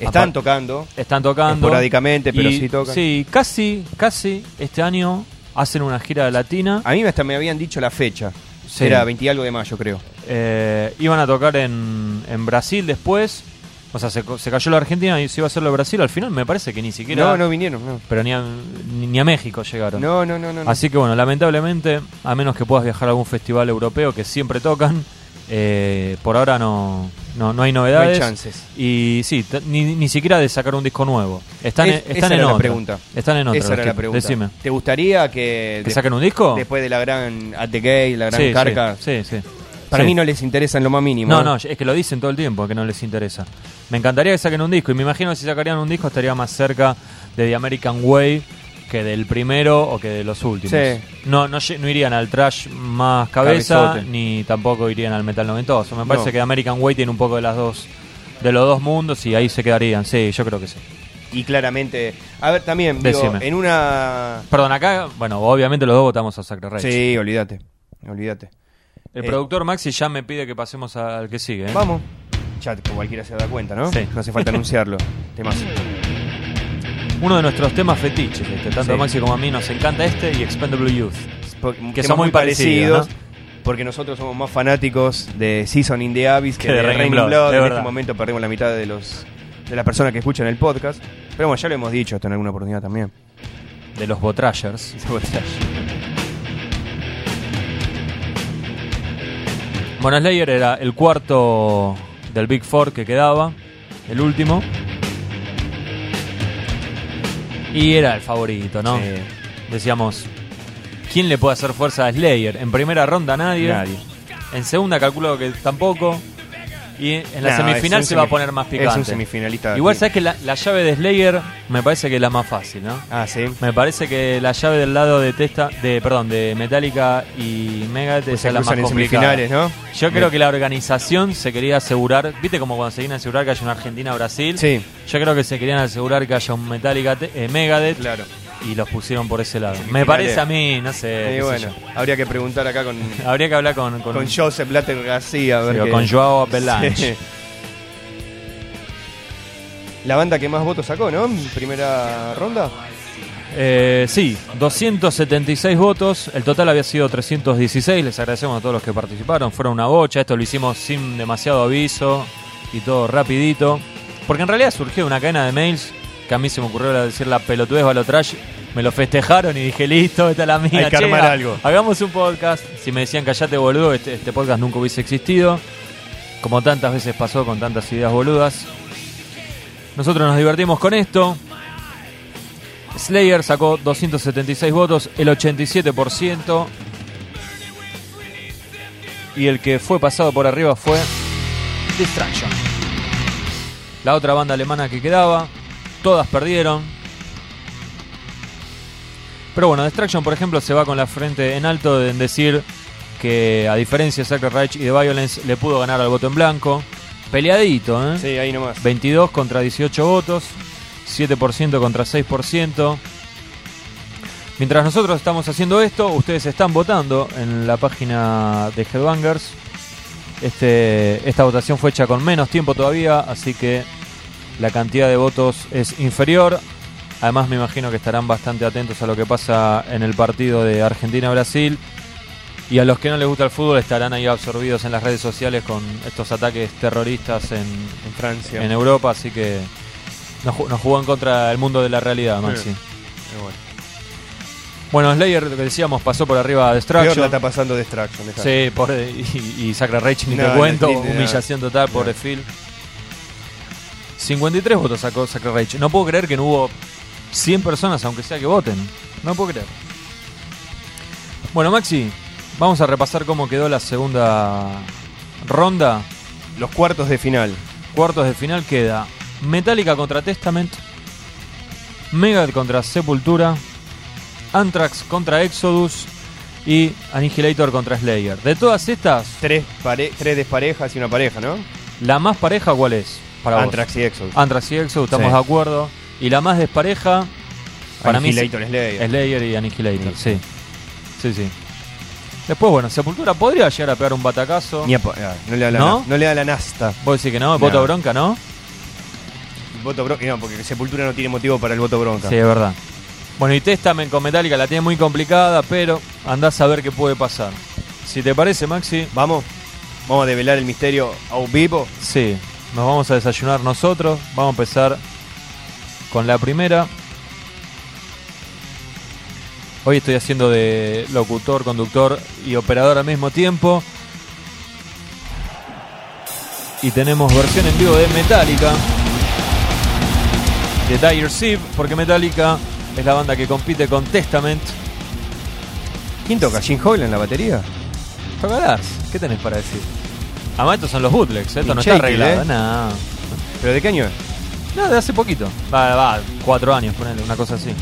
Están Apar- tocando. Están tocando. Esporádicamente, pero Y, sí tocan. Sí, casi, casi este año hacen una gira latina. A mí hasta me habían dicho la fecha. Sí. Era 20 y algo de mayo, creo. Eh, iban a tocar en, en Brasil después. O sea, se, co- se cayó la Argentina y se iba a hacerlo en Brasil. Al final me parece que ni siquiera. No, no vinieron. No, Pero ni a, ni- ni a México llegaron. no, no. no, no, no. Así que bueno, lamentablemente, a menos que puedas viajar a algún festival europeo que siempre tocan, eh, por ahora no, no, no hay novedades. chances. Y sí, t- ni, ni siquiera de sacar un disco nuevo. Están, Es- en- esa están en era la otra. pregunta. Están en otra. Esa era los la tipos. pregunta. Decime. ¿Te gustaría que, ¿Que de- saquen un disco? después de la gran At the Gate, la gran Sí, sí, carca, Sí, sí. para Sí. mí no les interesa en lo más mínimo? ¿eh? No, no, es que lo dicen todo el tiempo que no les interesa. Me encantaría que saquen un disco y me imagino que si sacarían un disco estaría más cerca de The American Way que del primero o que de los últimos. Sí. No, no, lle- no irían al trash más cabeza Cabezote. ni tampoco irían al metal noventoso. Me parece No. que American Way tiene un poco de las dos de los dos mundos y ahí se quedarían. Sí, yo creo que sí. Y claramente. A ver, también, digo, Decime. en una. Perdón, acá, bueno, obviamente los dos votamos a Sacred Rage. Sí, olvídate. Olvídate. El Eh, productor Maxi ya me pide que pasemos al que sigue. ¿eh? Vamos. Ya tipo, cualquiera se da cuenta, ¿no? Sí. No (laughs) hace falta anunciarlo. Temazo. Uno de nuestros temas fetiches, este, tanto Sí. a Maxi como a mí nos encanta este y Expendable Youth. Por- temas son muy parecidos, Porque nosotros somos más fanáticos de Season in the Abyss que, de Rain in de Blood. en verdad. este momento perdemos la mitad de los de las personas que escuchan el podcast. Pero bueno, ya lo hemos dicho esto en alguna oportunidad también. de los Botrashers. Bueno, Slayer era el cuarto del Big Four que quedaba, el último. Y era el favorito, (laughs) ¿no? Sí. Decíamos, ¿quién le puede hacer fuerza a Slayer? En primera ronda nadie. Nadie. En segunda calculo que tampoco. Y en la No, semifinal es un se va a semif- poner más picante. es un semifinalista. Igual Sí. sabes que la, la llave de Slayer me parece que es la más fácil, ¿no? Ah, sí. Me parece que la llave del lado de Testa, de perdón, de Metallica y Megadeth Pues esa es la más cruzan en complicada. semifinales, ¿no? Yo Me- creo que la organización se quería asegurar, viste como cuando se quieren asegurar que haya una Argentina-Brasil. Sí. Yo creo que se querían asegurar que haya un Metallica te- eh, Megadeth Claro. y los pusieron por ese lado. Me Semifinales. parece a mí, no sé. Eh, qué sé bueno, habría que preguntar (laughs) acá con, yo. Habría que hablar con con, con Joseph Blatter García. a ver sí, o qué- con Joao Belange. Sí. La banda que más votos sacó, ¿no? En Primera ronda. Eh, sí, 276 votos. El total había sido 316. Les agradecemos a todos los que participaron. Fueron una bocha. Esto lo hicimos sin demasiado aviso y todo rapidito. Porque en realidad surgió una cadena de mails que a mí se me ocurrió decir la pelotudez va lo trash. Me lo festejaron y dije, listo, esta es la mía. Hay que che, armar ha- algo. Hagamos un podcast. Si me decían callate, boludo, este, este podcast nunca hubiese existido. Como tantas veces pasó con tantas ideas boludas. Nosotros nos divertimos con esto. Slayer sacó 276 votos, el 87%. Y el que fue pasado por arriba fue Distraction. La otra banda alemana que quedaba. Todas perdieron. Pero bueno, Distraction, por ejemplo, se va con la frente en alto en decir que, a diferencia de Sacred Reich y de Violence, le pudo ganar al voto en blanco. Peleadito, ¿eh? Sí, ahí nomás. 22 contra 18 votos, 7% contra 6%. Mientras nosotros estamos haciendo esto, ustedes están votando en la página de Headbangers. Este, esta votación fue hecha con menos tiempo todavía, así que la cantidad de votos es inferior. Además me imagino que estarán bastante atentos a lo que pasa en el partido de Argentina-Brasil. Y a los que no les gusta el fútbol estarán ahí absorbidos en las redes sociales con estos ataques terroristas en, En Francia. en Europa, así que nos, ju- nos jugó en contra del mundo de la realidad, Maxi. Sí. Eh, bueno. Bueno, Slayer, lo que decíamos, pasó por arriba a Peor la Destruction. está pasando Destruction. dejá. Sí, pobre, y, y Sacra Rage, ni No, te no, cuento, ni- ni- humillación total, pobre Phil. 53 votos sacó Sacra Rage. No puedo creer que no hubo 100 personas, aunque sea que voten. No puedo creer. Bueno, Maxi, vamos a repasar cómo quedó la segunda ronda. Los cuartos de final. Cuartos de final queda Metallica contra Testament, Megadeth contra Sepultura, Anthrax contra Exodus y Annihilator contra Slayer. De todas estas, Tres, pare- tres desparejas y una pareja, ¿no? ¿la más pareja cuál es? Para vos? Ah. Anthrax y Exodus. Anthrax y Exodus, estamos Sí. de acuerdo. Y la más despareja, para mí Annihilator Slayer. Slayer y Annihilator, sí. Sí, sí. Después, bueno, Sepultura podría llegar a pegar un batacazo. Ni a po- ah, no le da la, ¿No? na- no le da la nasta. Vos decís que no, voto No. bronca, ¿no? Voto bronca. No, porque Sepultura no tiene motivo para el voto bronca. Sí, es verdad. Bueno, y Testament con Metallica la tiene muy complicada, pero andás a ver qué puede pasar. Si te parece, Maxi, Vamos. Vamos a develar el misterio a un vivo. sí, nos vamos a desayunar nosotros. Vamos a empezar con la primera. Hoy estoy haciendo de locutor, conductor y operador al mismo tiempo. Y tenemos versión en vivo de Metallica. de Dire Sieve, porque Metallica es la banda que compite con Testament. ¿Quién toca? ¿Jim Hall en la batería? Tocarás, ¿qué tenés para decir? Además, estos son los bootlegs, ¿eh? esto no está Shaky, arreglado. ¿eh? No. ¿Pero de qué año es? no, de hace poquito. Va, va, cuatro años, ponele, una cosa así. (laughs)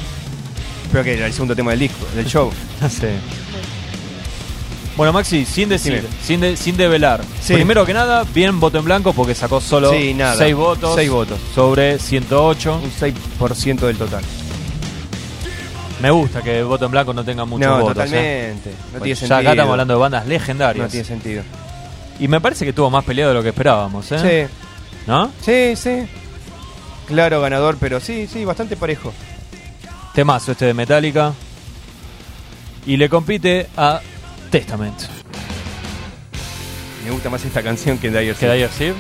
Creo que era el segundo tema del disco, del show. No sé. Bueno, Maxi, sin decir, Dime. sin, de- sin develar. Sí. Primero que nada, bien voto en blanco porque sacó solo Sí, nada. seis votos. Seis votos. Sobre 108. Un 6% del total. Me gusta que voto en blanco no tenga muchos no, votos. ¿eh? totalmente. No tiene ya sentido. acá estamos hablando de bandas legendarias. No tiene sentido. Y me parece que tuvo más peleado de lo que esperábamos, ¿eh? ¿No? Sí, sí, sí. Claro, ganador, pero sí, sí, bastante parejo. Temazo este de Metallica. Y le compite a Testament. Me gusta más esta canción que Dire ¿Queda ahí así?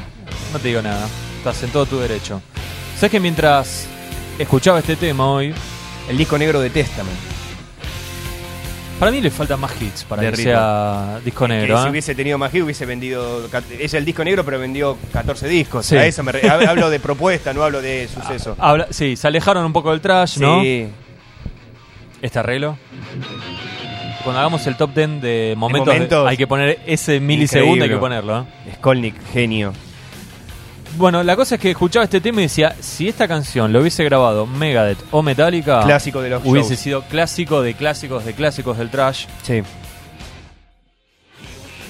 No te digo nada. Estás en todo tu derecho. ¿Sabes que mientras escuchaba este tema hoy, El disco negro de Testament. para mí le faltan más hits para De que ritmo. sea disco negro? que si ¿eh? hubiese tenido más hits hubiese vendido. cat- Es el disco negro, pero vendió 14 discos. Sí. A eso me re- hab- hablo de propuesta, no hablo de suceso. Habla- sí, se alejaron un poco del trash, ¿no? Sí. Este arreglo. Cuando hagamos el top 10 de momentos, de- momentos. hay que poner ese milisegundo, hay Increíble. que ponerlo. ¿eh? Skolnick, genio. Bueno, la cosa es que escuchaba este tema y decía, si esta canción lo hubiese grabado Megadeth o Metallica, Clásico de los hubiese shows. sido clásico de clásicos de clásicos del trash. Sí.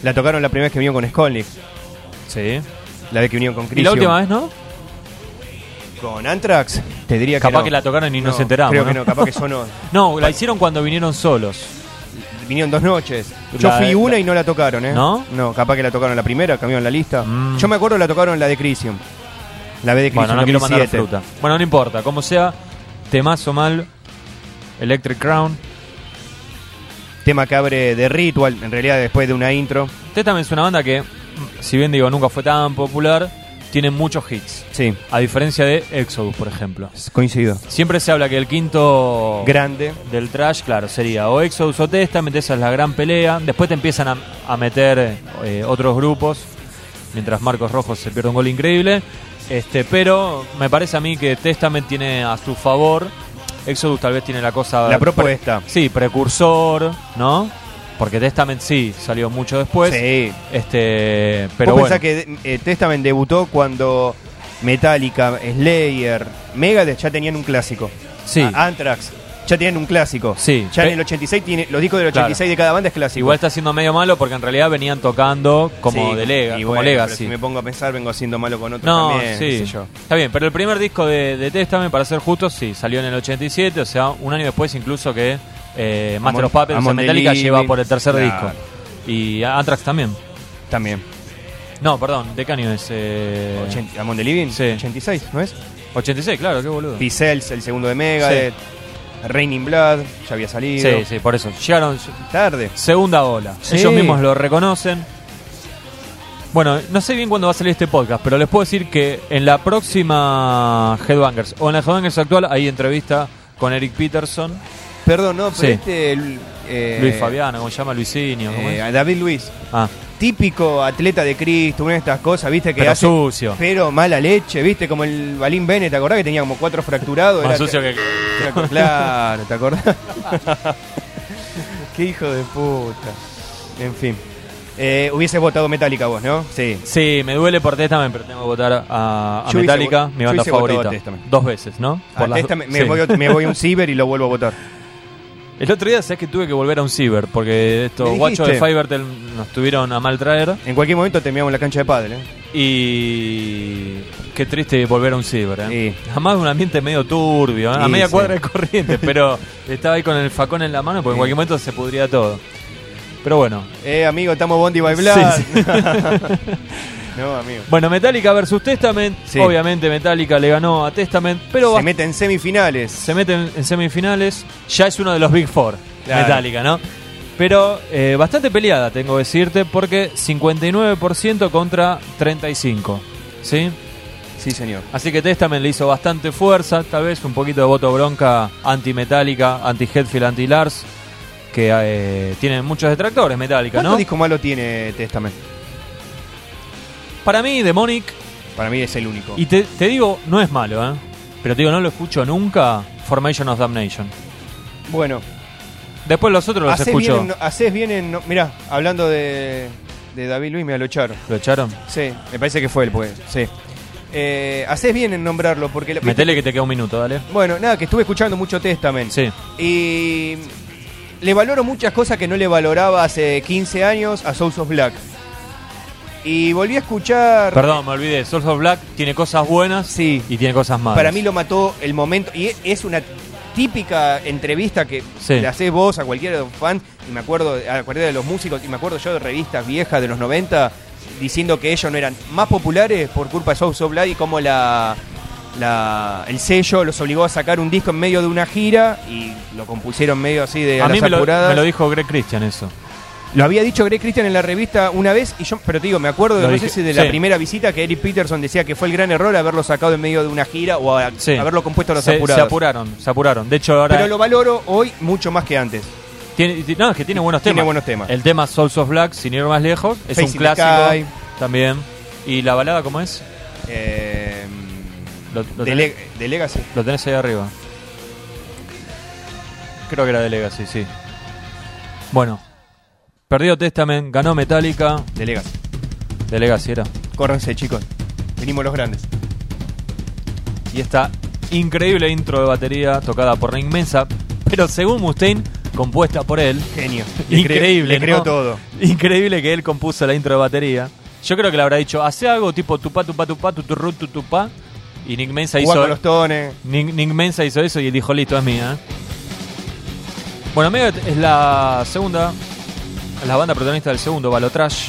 La tocaron la primera vez que vino con Skolnick. Sí. La vez que vinieron con Chris. Y la última ¿eh? vez, ¿no? Con Anthrax, te diría que. Capaz no. que la tocaron y no No, nos enteramos. Creo ¿no? que no, capaz que yo no. No, la hicieron cuando vinieron solos. Vinieron dos noches. Yo La- fui la- una y no la tocaron, ¿eh? ¿No? No, capaz que la tocaron la primera, cambiaron la lista. Mm. Yo me acuerdo la tocaron la de Crisium. La B de Crisium. Bueno, no quiero mandar 2007. fruta. Bueno, no importa, como sea, temazo mal, Electric Crown. Tema que abre de Ritual, en realidad después de una intro. Testament es una banda que, mm, si bien digo, nunca fue tan popular, tiene muchos hits. Sí, A diferencia de Exodus, por ejemplo. coincido. Siempre se habla que el quinto... Grande. del trash, claro, sería o Exodus o Testament, esa es la gran pelea. Después te empiezan a, a meter eh, otros grupos, mientras Marcos Rojos se pierde un gol increíble. Este, pero me parece a mí que Testament tiene a su favor. Exodus tal vez tiene la cosa. La propuesta. pre- sí, precursor, ¿no? Porque Testament sí salió mucho después. sí. Este, pero Pero bueno. que eh, Testament debutó cuando Metallica, Slayer, Megadeth ya tenían un clásico. Sí. A- Anthrax ya tienen un clásico. Sí. Ya en Pe- el 86 tiene los discos del Claro. 86 de cada banda es clásico. Igual está siendo medio malo porque en realidad venían tocando como Sí, de Lega, y como bueno, pero Legacy. Si me pongo a pensar, vengo haciendo malo con otro No, también. sí. qué sé yo. Está bien, pero el primer disco de, de Testament, para ser justos, sí, salió en el 87, o sea, un año después incluso que eh, Master Amon- of Puppets, o sea, Amon Metallica Delirium. lleva por el tercer Claro. disco. Y Anthrax también. También. No, perdón, ¿de qué año es? Eh, Ochen- Amon the Living, Sí. 86, ¿no es? 86, claro, qué boludo. Sí, Pixels, el segundo de Megadeth. Raining Blood, ya había salido. sí, por eso. Llegaron Tarde. segunda ola. Sí. Ellos mismos lo reconocen. Bueno, no sé bien cuándo va a salir este podcast, pero les puedo decir que en la próxima Headbangers, o en la Headbangers actual, hay entrevista con Eric Peterson. Perdón, no, pero Sí. este. eh, Luis Fabiano, como se llama Luisinho. ¿cómo eh, es? David Luis, Ah, típico típico atleta de Cristo, una de estas cosas, viste, que pero hace- sucio. Pero mala leche, viste, como el Balín Bennett, ¿te acordás que tenía como cuatro fracturados? Más Era- sucio que. Era- Claro, (laughs) ¿te acordás? Qué hijo de puta. En fin. Eh, hubieses votado Metallica vos, ¿no? Sí. Sí, me duele por Testament, pero tengo que votar a, a Yo hubiese Metallica, vo- mi yo banda hubiese votado a favorita. Testament. Dos veces, ¿no? Ah, Por las esta do- me, me sí. voy, a- me voy (laughs) a un ciber y lo vuelvo a votar. El otro día, sabes que tuve que volver a un ciber, porque estos Me guachos de dijiste. Fivertel nos tuvieron a mal traer. En cualquier momento terminamos la cancha de pádel, ¿eh? Y qué triste volver a un ciber, ¿eh? Sí. Además de un ambiente medio turbio, ¿eh? a Sí, media sí. cuadra de corriente, (laughs) pero estaba ahí con el facón en la mano porque en Sí. cualquier momento se pudría todo. Pero bueno. Eh, amigo, estamos Bondi by Black. Sí, sí. (laughs) no, amigo. Bueno, Metallica versus Testament. Sí. Obviamente Metallica le ganó a Testament, pero Se bast- mete en semifinales. se meten en semifinales. Ya es uno de los Big Four, Claro. Metallica, ¿no? Pero eh, bastante peleada, tengo que decirte, porque 59% contra 35, ¿sí? Sí, señor. Así que Testament le hizo bastante fuerza, tal vez un poquito de voto bronca anti-Metallica, anti-Hetfield, anti-Lars, que eh, tienen muchos detractores Metallica, ¿Cuánto ¿no? disco malo tiene Testament? Para mí, Demonic Para mí es el único. Y te, te digo, no es malo, ¿eh? Pero te digo, no lo escucho nunca. Formation of Damnation. bueno, Después los otros los haces bien, escucho. en no- haces bien en no- mirá, hablando de, de David Luis, me lo echaron. ¿Lo echaron? Sí, me parece que fue él, pues. Sí. Eh, haces bien en nombrarlo porque. la- Metele que te queda un minuto, dale. Bueno, nada, que estuve escuchando mucho Testament. Sí. Y le valoro muchas cosas que no le valoraba hace 15 años a Souls of Black. Y volví a escuchar. Perdón, me olvidé. Souls of Black tiene cosas buenas Sí. y tiene cosas malas. Para mí lo mató el momento. Y es una típica entrevista que Sí. le haces vos a cualquier fan. Y me acuerdo, a cualquiera de los músicos. Y me acuerdo yo de revistas viejas de los 90 diciendo que ellos no eran más populares por culpa de South of Black y cómo la. la- el sello los obligó a sacar un disco en medio de una gira y lo compusieron medio así de A mí las me lo, apuradas. me lo dijo Greg Christian eso. Lo había dicho Greg Christian en la revista una vez, y yo, pero te digo, me acuerdo de, Lo no dije- sé si de la sí. primera visita que Eric Peterson decía que fue el gran error haberlo sacado en medio de una gira o a- Sí. haberlo compuesto a los se, apurados. se apuraron, se apuraron. De hecho, ahora. pero lo valoro hoy mucho más que antes. tiene- ti- no, es que tiene buenos temas. Tiene buenos temas. El tema Souls of Black, sin ir más lejos, es Face un in the clásico. Sky. También. ¿Y la balada cómo es? Eh, Lo- lo de, tenés- Le- de Legacy. Lo tenés ahí arriba. Creo que era de Legacy, sí. Bueno. Perdió Testament, ganó Metallica. De Legacy. De Legacy era. Córranse, chicos. Venimos los grandes. Y esta increíble intro de batería tocada por la inmensa, pero según Mustaine, compuesta por (laughs) él. Genio. Le (laughs) cre- Increíble. Le creo ¿no? todo. Increíble que él compuso la intro de batería. Yo creo que le habrá dicho, hace algo tipo tupá, tupá, tupá, tuturru, tutupá. Y Nick Mensa Jugar hizo. con los tones. Nick, Nick Mensa hizo eso y él dijo, listo, es mía. Bueno, Megadeth es la segunda, la banda protagonista del segundo Balotrash.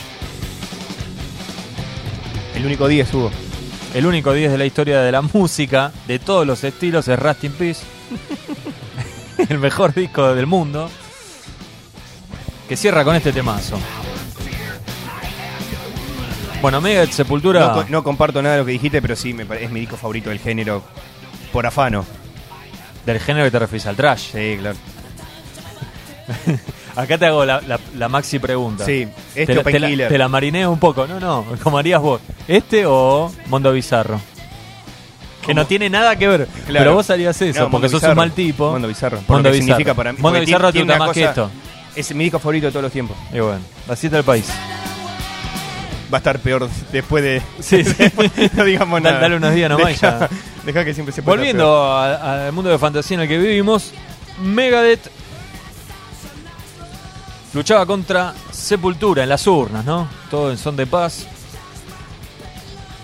El único 10 hubo. El único 10 de la historia de la (laughs) música, de todos los estilos, es Rust in Peace. (laughs) El mejor disco del mundo. Que cierra con este temazo. Bueno, Megadeth, Sepultura... No, co- no comparto nada de lo que dijiste, pero sí, me pare- es mi disco favorito del género. Por afano. Del género que te refieres al trash. Sí, claro. Acá te hago la, la- la maxi pregunta. Sí, este te, la- o te la- Painkiller. te la marineo un poco. No, no, como harías vos. ¿Este o Mondo Bizarro? Que no tiene nada que ver. Pero vos harías eso, No, Mondo porque sos Bizarro. un mal tipo. Mondo Bizarro. Por Mondo lo que Bizarro. significa para mí. Mondo porque Bizarro te tiene gusta una más que cosa- esto. Es mi disco favorito de todos los tiempos. Y bueno, así está el país. Va a estar peor (laughs) después de. Sí, sí. no (laughs) digamos Dale- nada. dale unos días nomás y ya. Deja, deja que siempre se pueda estar Volviendo a- al mundo de fantasía en el que vivimos, Megadeth luchaba contra Sepultura en las urnas, ¿no? Todo en son de paz.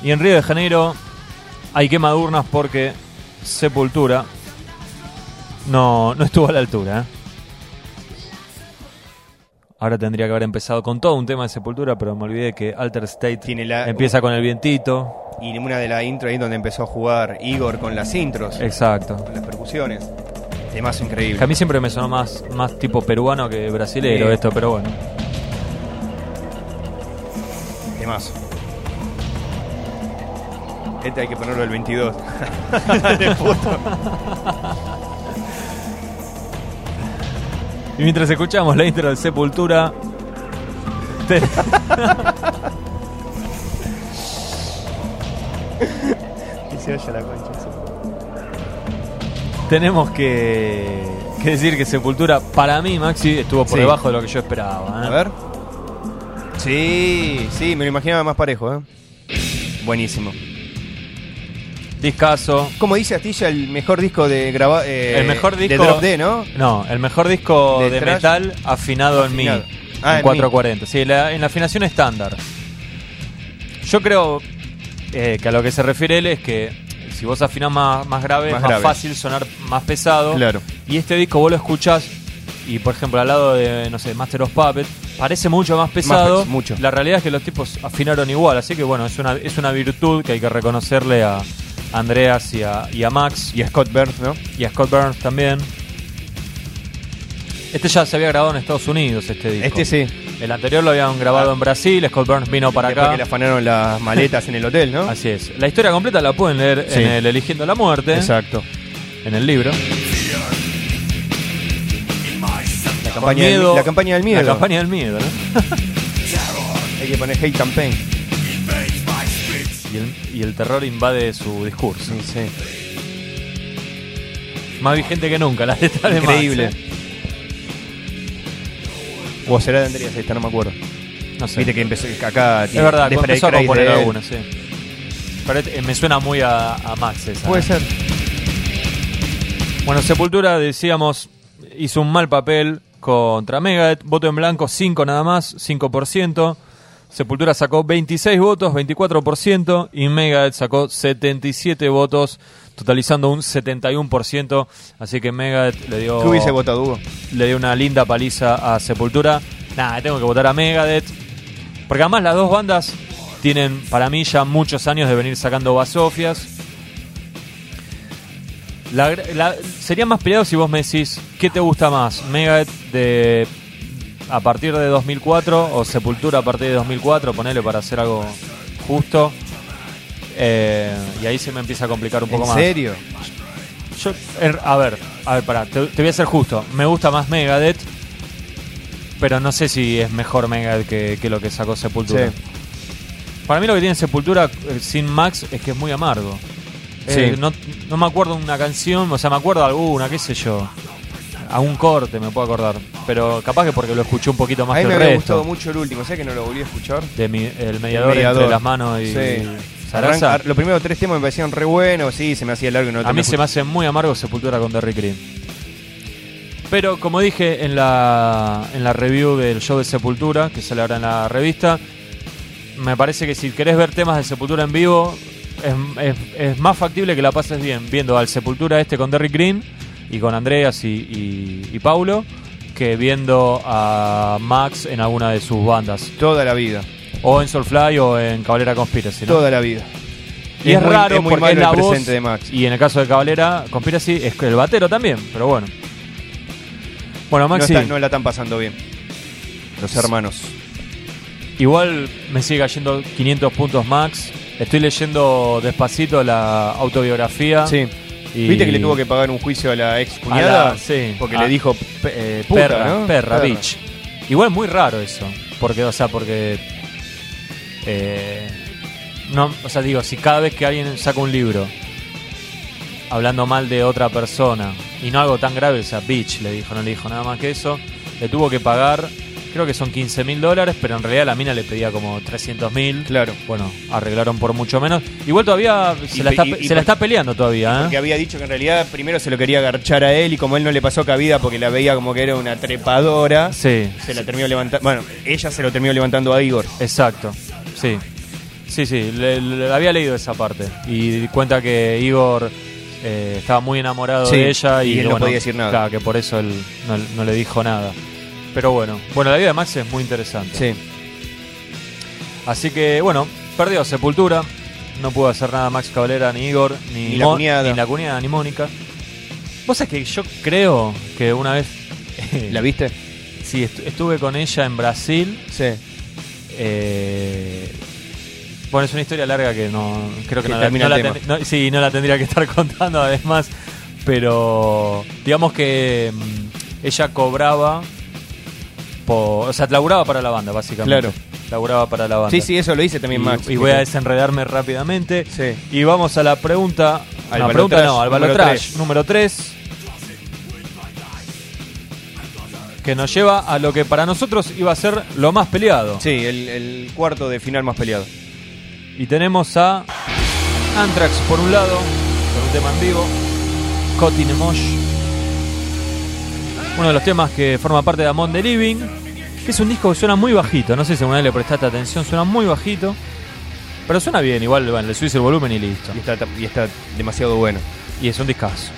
Y en Río de Janeiro hay quema de urnas porque Sepultura no, no estuvo a la altura. ¿eh? Ahora tendría que haber empezado con todo un tema de Sepultura, pero me olvidé que Alter State Tiene la- empieza con el vientito. peor. Y una de la intro ahí donde empezó a jugar Igor con las intros, Eh. Exacto. con las percusiones. Temazo increíble. Que a mí siempre me sonó más, más tipo peruano que brasilero Sí. esto, pero bueno. Temazo. Este hay que ponerlo el 22. Y mientras escuchamos la intro de Sepultura. te- (laughs) (laughs) que se vaya la concha. tenemos que, que decir que Sepultura, para mí, Maxi, estuvo por Sí. Ah. debajo de lo que yo esperaba. ¿eh? A ver. Sí, sí, me lo imaginaba más parejo, ¿eh? Buenísimo. Discaso. Como dice Astilla, el mejor disco de graba, eh, El mejor disco- de Drop D, ¿no? No, el mejor disco De de, thrash. metal afinado, en mi. Afinado. En Ah, en mi. 440. Sí, la- en la afinación estándar. Yo creo eh, que a lo que se refiere él es que si vos afinás más, más grave, Más es más grave. fácil sonar más pesado. Claro. Y este disco vos lo escuchás y, por ejemplo, al lado de, no sé, Master of Puppet, parece mucho más pesado. pes- mucho. La realidad es que los tipos afinaron igual. Así que, bueno, es una, es una virtud que hay que reconocerle a Andreas y a, y a Max Y a Scott Burns, ¿no? y a Scott Burns también. Este ya se había grabado en Estados Unidos, este disco. Este sí. Ah. El anterior lo habían grabado en Brasil, Scott Burns vino para Después acá. que le afanaron las maletas en el hotel, ¿no? Así es. La historia completa la pueden leer Sí. en el Eligiendo la Muerte, Exacto. en el libro. La campaña, del- la campaña del miedo. La campaña del miedo, ¿no? Hay que poner hate campaign. Y el, y el terror invade su discurso. Sí, sí. Más vigente que nunca, la letra de Max, Increíble. ¿eh? O será de Andreas, esta no me acuerdo. No sé. Viste que empezó que acá. es verdad, Desperate empezó a Craze componer de él. algunos, sí. Pero este- eh, me suena muy a, a Max esa. Puede ser. Bueno, Sepultura, decíamos, hizo un mal papel contra Megadeth. Voto en blanco, 5 nada más, 5%. Sepultura sacó 26 votos, 24%. Y Megadeth sacó 77 votos, totalizando un 71%. Así que Megadeth le dio, ¿Qué hubiese votado Hugo? le dio una linda paliza a Sepultura. Nada, tengo que votar a Megadeth. Porque además las dos bandas tienen, para mí, ya muchos años de venir sacando basofias. La gra- la- sería más peleado si vos me decís, ¿qué te gusta más? Megadeth de a partir de 2004 o Sepultura a partir de 2004, ponele para hacer algo justo. Eh, y ahí se me empieza a complicar un poco ¿En más. serio? Yo, er, a ver, a ver, pará, te, te voy a ser justo. Me gusta más Megadeth, pero no sé si es mejor Megadeth que, que lo que sacó Sepultura. Sí. Para mí lo que tiene Sepultura eh, sin Max es que es muy amargo. Eh, Sí. no, no me acuerdo una canción, o sea, me acuerdo alguna, qué sé yo. A un corte me puedo acordar, pero capaz que porque lo escuché un poquito más a mí que me el había resto. gustado mucho el último. ¿Sabes que no lo volví a escuchar? De mi- el mediador, Mediador. entre las manos y Sí. Sarasa. Arranca- los primeros tres temas me parecían re buenos. Sí, se me hacía largo. y No A mí se me hace muy amargo Sepultura con Derry Cream. Pero como dije en la, en la review del show de Sepultura, que sale ahora en la revista, me parece que si querés ver temas de Sepultura en vivo, es, es- es más factible que la pases bien viendo al Sepultura este con Derrick Green y con Andreas y, y- y Paulo que viendo a Max en alguna de sus bandas. Toda la vida. O en Soulfly o en Cabalera Conspiracy. ¿no? Toda la vida. Y es, muy- raro muy porque malo es la el voz. presente de Max. Y en el caso de Cabalera, Conspiracy es el batero también, pero bueno. Bueno, No, Maxi, está- no la están pasando bien. Los hermanos. igual me sigue cayendo 500 puntos Max. Estoy leyendo despacito la autobiografía. Sí. Ah. Y- ¿Viste que le tuvo que pagar un juicio a la ex A cuñada? la- sí. Ah. Porque A- le dijo p- eh, puta, Perra, ¿no? perra, bitch. Igual muy raro eso. Porque, o sea, porque. eh, no, o sea, digo, si cada vez que alguien saca un libro hablando mal de otra persona y no algo tan grave, o sea, bitch le dijo, no le dijo nada más que eso, le tuvo que pagar, creo que son 15 mil dólares, pero en realidad la mina le pedía como 300 mil. Claro. Bueno, arreglaron por mucho menos. Igual todavía se, Y la, pe- está, y- y se la por- está peleando todavía, ¿eh? Porque había dicho que en realidad primero se lo quería agarchar a él y como él no le pasó cabida porque la veía como que era una trepadora, Sí. se la terminó levantando. Bueno, ella se lo terminó levantando a Igor. Exacto, sí. Sí, sí, le, le- había leído esa parte. Y cuenta que Igor eh, estaba muy enamorado Sí, de ella y, y él no bueno, podía decir nada. Claro, que por eso él no, no le dijo nada. Pero bueno, bueno, la vida de Max es muy interesante. Sí. Así que, bueno, perdió Sepultura. No pudo hacer nada Max Cabrera, ni Igor, ni, Ni la Mo- cuñada. ni la cuñada, ni Mónica. Vos sabés que yo creo que una vez. (laughs) ¿La viste? sí, estu- estuve con ella en Brasil. Sí. Eh, bueno, es una historia larga que no creo que Que no, la, termina no el la tema. ten- no- sí, no la tendría que estar (laughs) contando además, pero digamos que mm, ella cobraba por, o sea, laburaba para la banda básicamente. Claro. Laburaba para la banda. Sí, sí, eso lo hice también Y- Max. Y, voy a desenredarme rápidamente. Sí. Y vamos a la pregunta. Al no, pregunta balotrash, no, al número balotrash tres. número 3. que nos lleva a lo que para nosotros iba a ser lo más peleado. Sí, el, el cuarto de final más peleado. Y tenemos a Anthrax por un lado, con un tema en vivo, Cotton Mosh, uno de los temas que forma parte de Among the Living, que es un disco que suena muy bajito, no sé si alguna vez le prestaste atención, suena muy bajito, pero suena bien, igual bueno, le subís el volumen y listo. Y está, y está demasiado bueno. Y es un discazo.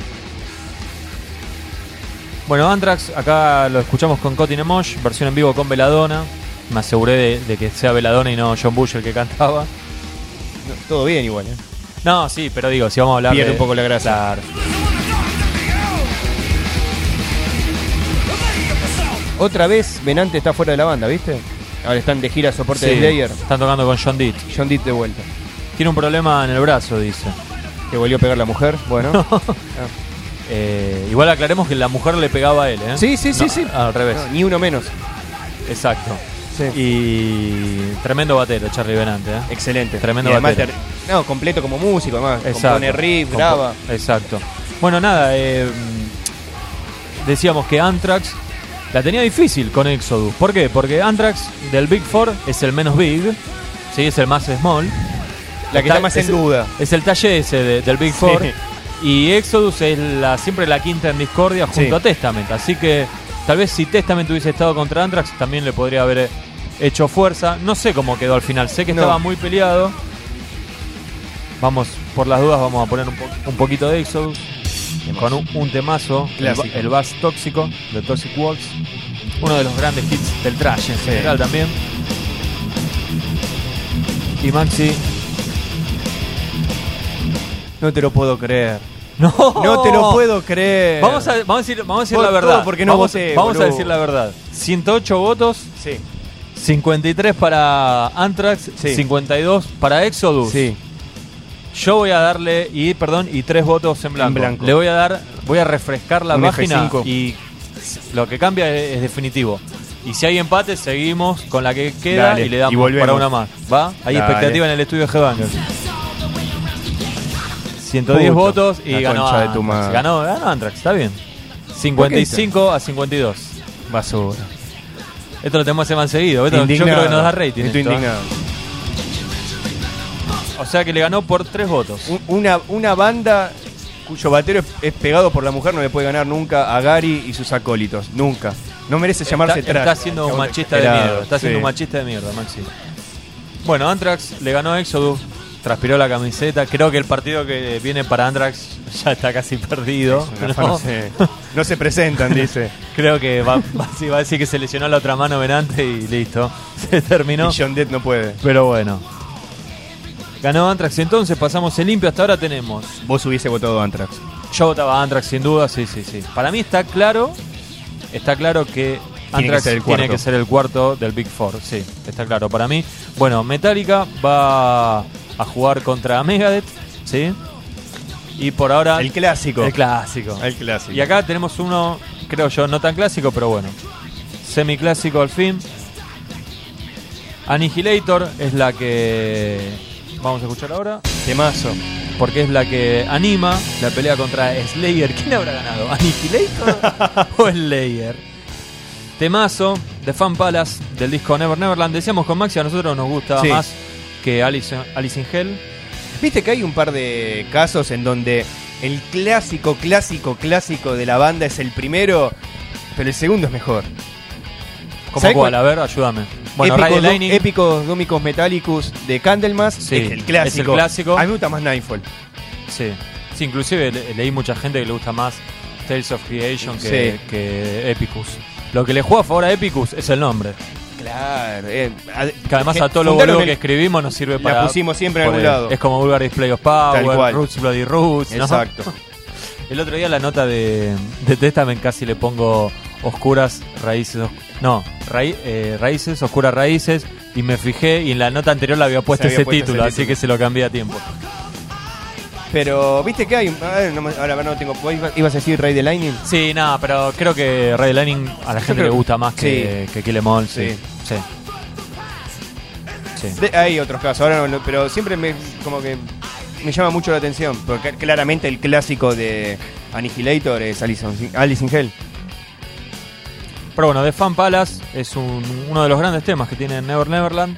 Bueno, Anthrax, acá lo escuchamos con Cotton Mosh, versión en vivo con Veladona. Me aseguré de, de que sea Veladona y no John Bush el que cantaba. No, Todo bien igual, ¿eh? No, sí, pero digo, si vamos a hablar Pierde de- un poco la grasa. Claro. Otra vez Venante está fuera de la banda, ¿viste? Ahora están de gira soporte Sí, de Slayer. Están tocando con John Deet. John Deet de vuelta. Tiene un problema en el brazo, dice. Que volvió a pegar la mujer, (laughs) bueno. (laughs) Ah, Eh, igual aclaremos que la mujer le pegaba a él, ¿eh? Sí, sí, sí, No, sí. Al revés, pues, No, ni uno menos. exacto. Sí. Y tremendo batero, Charlie Benante, ¿eh? Excelente. Tremendo Y además batero. ter- No, completo como músico, además. Compone riff, Compo- graba. Exacto. Bueno, nada, eh, decíamos que Anthrax la tenía difícil con Exodus. ¿Por qué? Porque Anthrax del Big Four es el menos big, ¿sí? es el más small. La que está más en es- duda. Es el talle ese de- del Big Sí. Four. Y Exodus es la, siempre la quinta en discordia junto Sí. a Testament. Así que tal vez si Testament hubiese estado contra Anthrax también le podría haber eh, hecho fuerza. No sé cómo quedó al final. Sé que No. estaba muy peleado. Vamos, por las dudas, vamos a poner un, po- un poquito de Exodus. Con un, un temazo, el, Clásico. ba- el bass tóxico de Toxic Walks. Uno de los grandes hits del trash en general también. Y Maxi. No te lo puedo creer. No, No te lo puedo creer. Vamos a, vamos a decir, vamos a decir Vos la todo verdad. porque no vamos voté, vamos a boludo. decir la verdad. 108 votos, Sí. 53 para Anthrax, Sí. 52 para Exodus. Sí. Yo voy a darle y perdón y tres votos en blanco. blanco. Le voy a dar, voy a refrescar la Un página F5. y lo que cambia es, es definitivo. Y si hay empate, seguimos con la que queda Dale, y le y damos volvemos. para una más. ¿Va? Hay Dale. expectativa en el estudio de Headbangers. 110 Puto, votos y la ganó concha de tu Anthrax. madre. ganó, ganó Anthrax, está bien. 55 a 52. Basura. Esto lo tenemos que hacer más seguido. Esto- yo creo que nos da rating. Estoy esto, ¿eh? indignado. O sea que le ganó por 3 votos. Un- Una, una banda cuyo batero es, es pegado por la mujer no le puede ganar nunca a Gary y sus acólitos. Nunca. No merece llamarse está, está trash. siendo un machista de Exagerado, mierda. Está siendo sí. un machista de mierda, Maxi. Bueno, Anthrax le ganó a Exodus. Transpiró la camiseta. Creo que el partido que viene para Anthrax ya está casi perdido. Una fan, (laughs) ¿no? No, se, no (laughs) se presentan, dice. Creo que va, va- sí, va a decir que se lesionó la otra mano venante y listo. (laughs) Se terminó. Y John Depp no puede. Pero bueno. Ganó Anthrax entonces, pasamos el limpio. Hasta ahora tenemos. Vos hubiese votado Anthrax. Yo votaba a Anthrax sin duda, sí, sí, sí. Para mí está claro, está claro que Anthrax ser el tiene cuarto. que ser el cuarto del Big Four, sí, está claro para mí. Bueno, Metallica va a jugar contra Megadeth, sí. Y por ahora El clásico. Ah. el clásico. El clásico. Y acá tenemos uno, creo yo, no tan clásico, pero bueno. Semiclásico al fin. Annihilator es la que vamos a escuchar ahora, Temazo. porque es la que anima la pelea contra Slayer. (laughs) ¿Quién habrá ganado? ¿Annihilator (laughs) o Slayer? Temazo de Fan Palace del disco Never Neverland. Decíamos con Maxi, a nosotros nos gusta Sí. más que Alice, Alice in Hell. Viste que hay un par de casos en donde el clásico, clásico, clásico de la banda es el primero, pero el segundo es mejor. ¿Cómo ¿Sabés cuál? cuál? A ver, ayúdame. Bueno, épicos, Ride the dó- Lightning. épicos Dómicos Metallicus de Candlemas Sí, es el clásico. es el clásico. A mí me gusta más Nightfall. Sí. Sí, inclusive le- leí mucha gente que le gusta más Tales of Creation que, Sí. que Epicus. Lo que le juega a favor a Epicus es el nombre. Claro. eh, ad- Que además a todos los fundaron boludos el- que escribimos nos sirve la para. pusimos siempre en por algún el- lado. Es como Vulgar Display of Power, Tal cual. Roots Bloody Roots. ¿no? Exacto. El otro día la nota de, de Testament casi le pongo oscuras raíces. os- no, raí- eh, raíces, oscuras raíces. Y me fijé y en la nota anterior le había puesto había ese puesto ese título, así título. que se lo cambié a tiempo. Pero viste que hay. ah, no me- ahora no tengo. ¿vos ibas- ¿Ibas a decir Rey de Lightning? Sí, nada, pero creo que Ray Lightning a la gente creo le que- gusta más que, que Kill Em All, sí. Sí. Sí. De- hay otros casos, ahora no, lo- pero siempre me como que me llama mucho la atención, porque claramente el clásico de Annihilator es Alice, in- Alice in Hell. Pero bueno, The Fan Palace es un- uno de los grandes temas que tiene Never Neverland.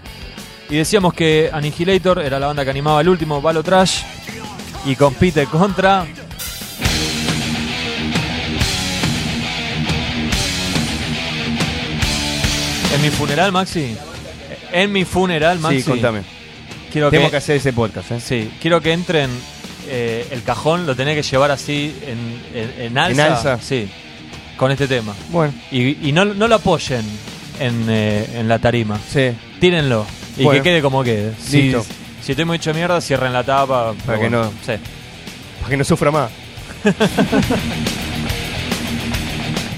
Y decíamos que Annihilator era la banda que animaba el último Balo Trash y compite contra En mi funeral, Maxi. En mi funeral, Maxi. Sí, contame. Quiero Tengo que, que hacer ese podcast, ¿eh? sí, quiero que entren eh, el cajón, lo tenés que llevar así en, en- en alza. alza? Sí, con este tema. Bueno, Y, y no, no lo apoyen en, eh, en la tarima. sí. Tírenlo. Y Bueno. que quede como quede. Si, Listo. si estoy muy hecho mierda, cierren la tapa. pero que bueno, no. sí. Para que no sufra más.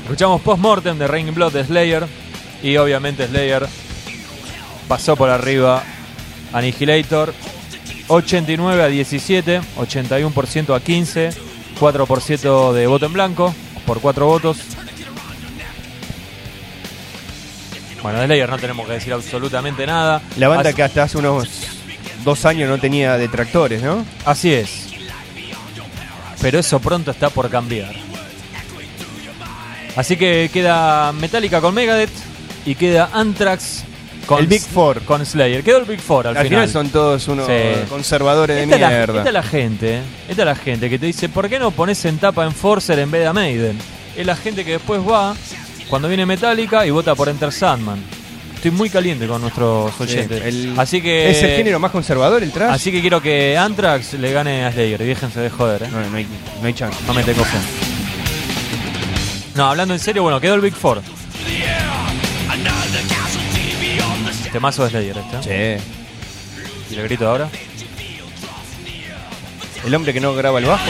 Escuchamos Postmortem de Rain Blood de Slayer. Y obviamente Slayer pasó por arriba Annihilator. 89 a 17, 81% a 15, 4% de voto en blanco, por 4 votos. Bueno, de Slayer no tenemos que decir absolutamente nada. La banda Así- que hasta hace unos dos años no tenía detractores, ¿no? Así es. Pero eso pronto está por cambiar. Así que queda Metallica con Megadeth y queda Anthrax con El Big Four. con Slayer. Quedó el Big Four al, Al final son todos unos Sí. conservadores de esta es la, mierda. esta es la gente, eh. esta es la gente que te dice, ¿por qué no pones en tapa Enforcer en vez de a Maiden? Es la gente que después va cuando viene Metallica y vota por Enter Sandman. Estoy muy caliente con nuestros Sí, oyentes. el- así que ¿Es el género más conservador el trash? Así que quiero que Anthrax le gane a Slayer y déjense de joder, ¿eh? No, no hay, no hay chance. No me tengo fe. No, hablando en serio, bueno, quedó el Big Four. Temazo de Slayer este. ¿eh? Che. Y lo grito ahora. ¿El hombre que no graba el bajo?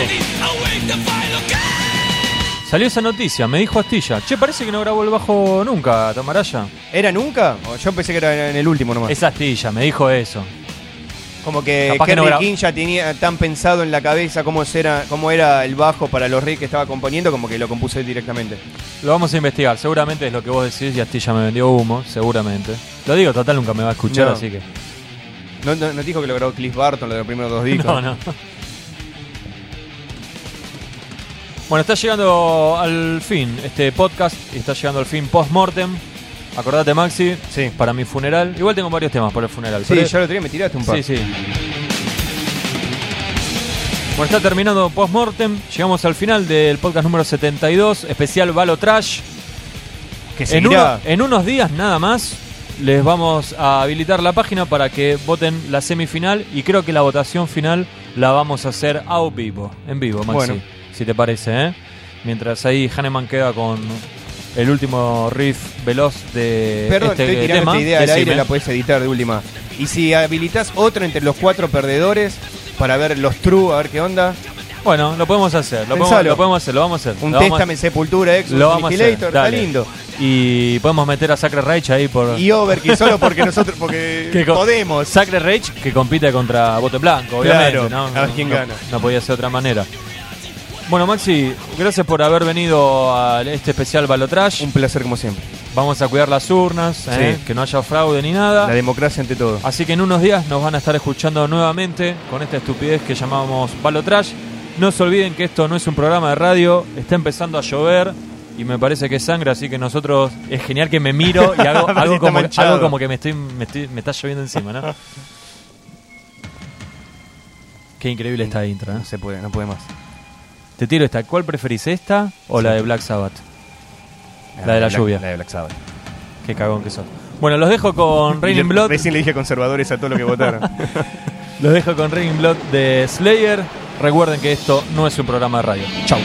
Salió esa noticia, me dijo Astilla. Che, parece que no grabó el bajo nunca, Tamaraya. ¿Era nunca? O Yo pensé que era en el último nomás. Es Astilla, me dijo eso. Como que Capaz que no Henry grabó. King ya tenía tan pensado en la cabeza cómo era, cómo era el bajo para los reyes que estaba componiendo, como que lo compuso él directamente. Lo vamos a investigar, seguramente es lo que vos decís y Astilla me vendió humo, seguramente. Lo digo, total nunca me va a escuchar, No. así que. ¿No, no, no dijo que lo grabó Cliff Barton, lo de los primeros dos (laughs) discos? No, no. Bueno, está llegando al fin este podcast y está llegando al fin post-mortem. Acordate, Maxi, Sí. para mi funeral. Igual tengo varios temas para el funeral. Sí, pero- ya lo tenía, me tiraste un par. sí, sí. Bueno, está terminando post-mortem. Llegamos al final del podcast número 72, especial Valo Trash. Que En, seguirá. uno- en unos días nada más les vamos a habilitar la página para que voten la semifinal y creo que la votación final la vamos a hacer a vivo, en vivo, Maxi, Bueno. si te parece. ¿eh? Mientras ahí Hanneman queda con el último riff veloz de Perdón, este estoy tema. tirando esta idea al Decime. aire, la podés editar de última. Y si habilitas otro entre los cuatro perdedores para ver los true, a ver qué onda. Bueno, lo podemos hacer, lo podemos, Pensalo. lo podemos hacer, lo vamos a hacer. Un lo vamos a- Testament Sepultura, Exodus, lo vamos a hacer, Annihilator, está dale. lindo. Y podemos meter a Sacred Rage ahí por... Y Overkill solo porque nosotros, porque (laughs) Que co- podemos. Sacred Rage que compite contra Bote Blanco, obviamente. Claro, ¿no? a ver quién No- gana. No podía ser de otra manera. Bueno, Maxi, gracias por haber venido a este especial Balotrash. Un placer como siempre. Vamos a cuidar las urnas, ¿eh? Sí. que no haya fraude ni La nada. democracia ante todo. Así que en unos días nos van a estar escuchando nuevamente con esta estupidez que llamamos Balotrash. No se olviden que esto no es un programa de radio, está empezando a llover y me parece que sangra, así que nosotros es genial que me miro y (laughs) hago, algo Parece que está como, manchado. algo como que me, estoy, me, estoy- me está lloviendo encima, ¿no? Qué increíble esta intro, ¿eh? No se puede, no puede más. Te tiro esta. ¿Cuál preferís, esta o la de Black Sabbath? La de la Black- lluvia. La de Black Sabbath. Qué cagón que sos. Bueno, los dejo (laughs) con Raining Yo Blood. Recién le dije conservadores a todo lo que votaron. Los dejo con Raining Blood de Slayer. Recuerden que esto no es un programa de radio. Chau.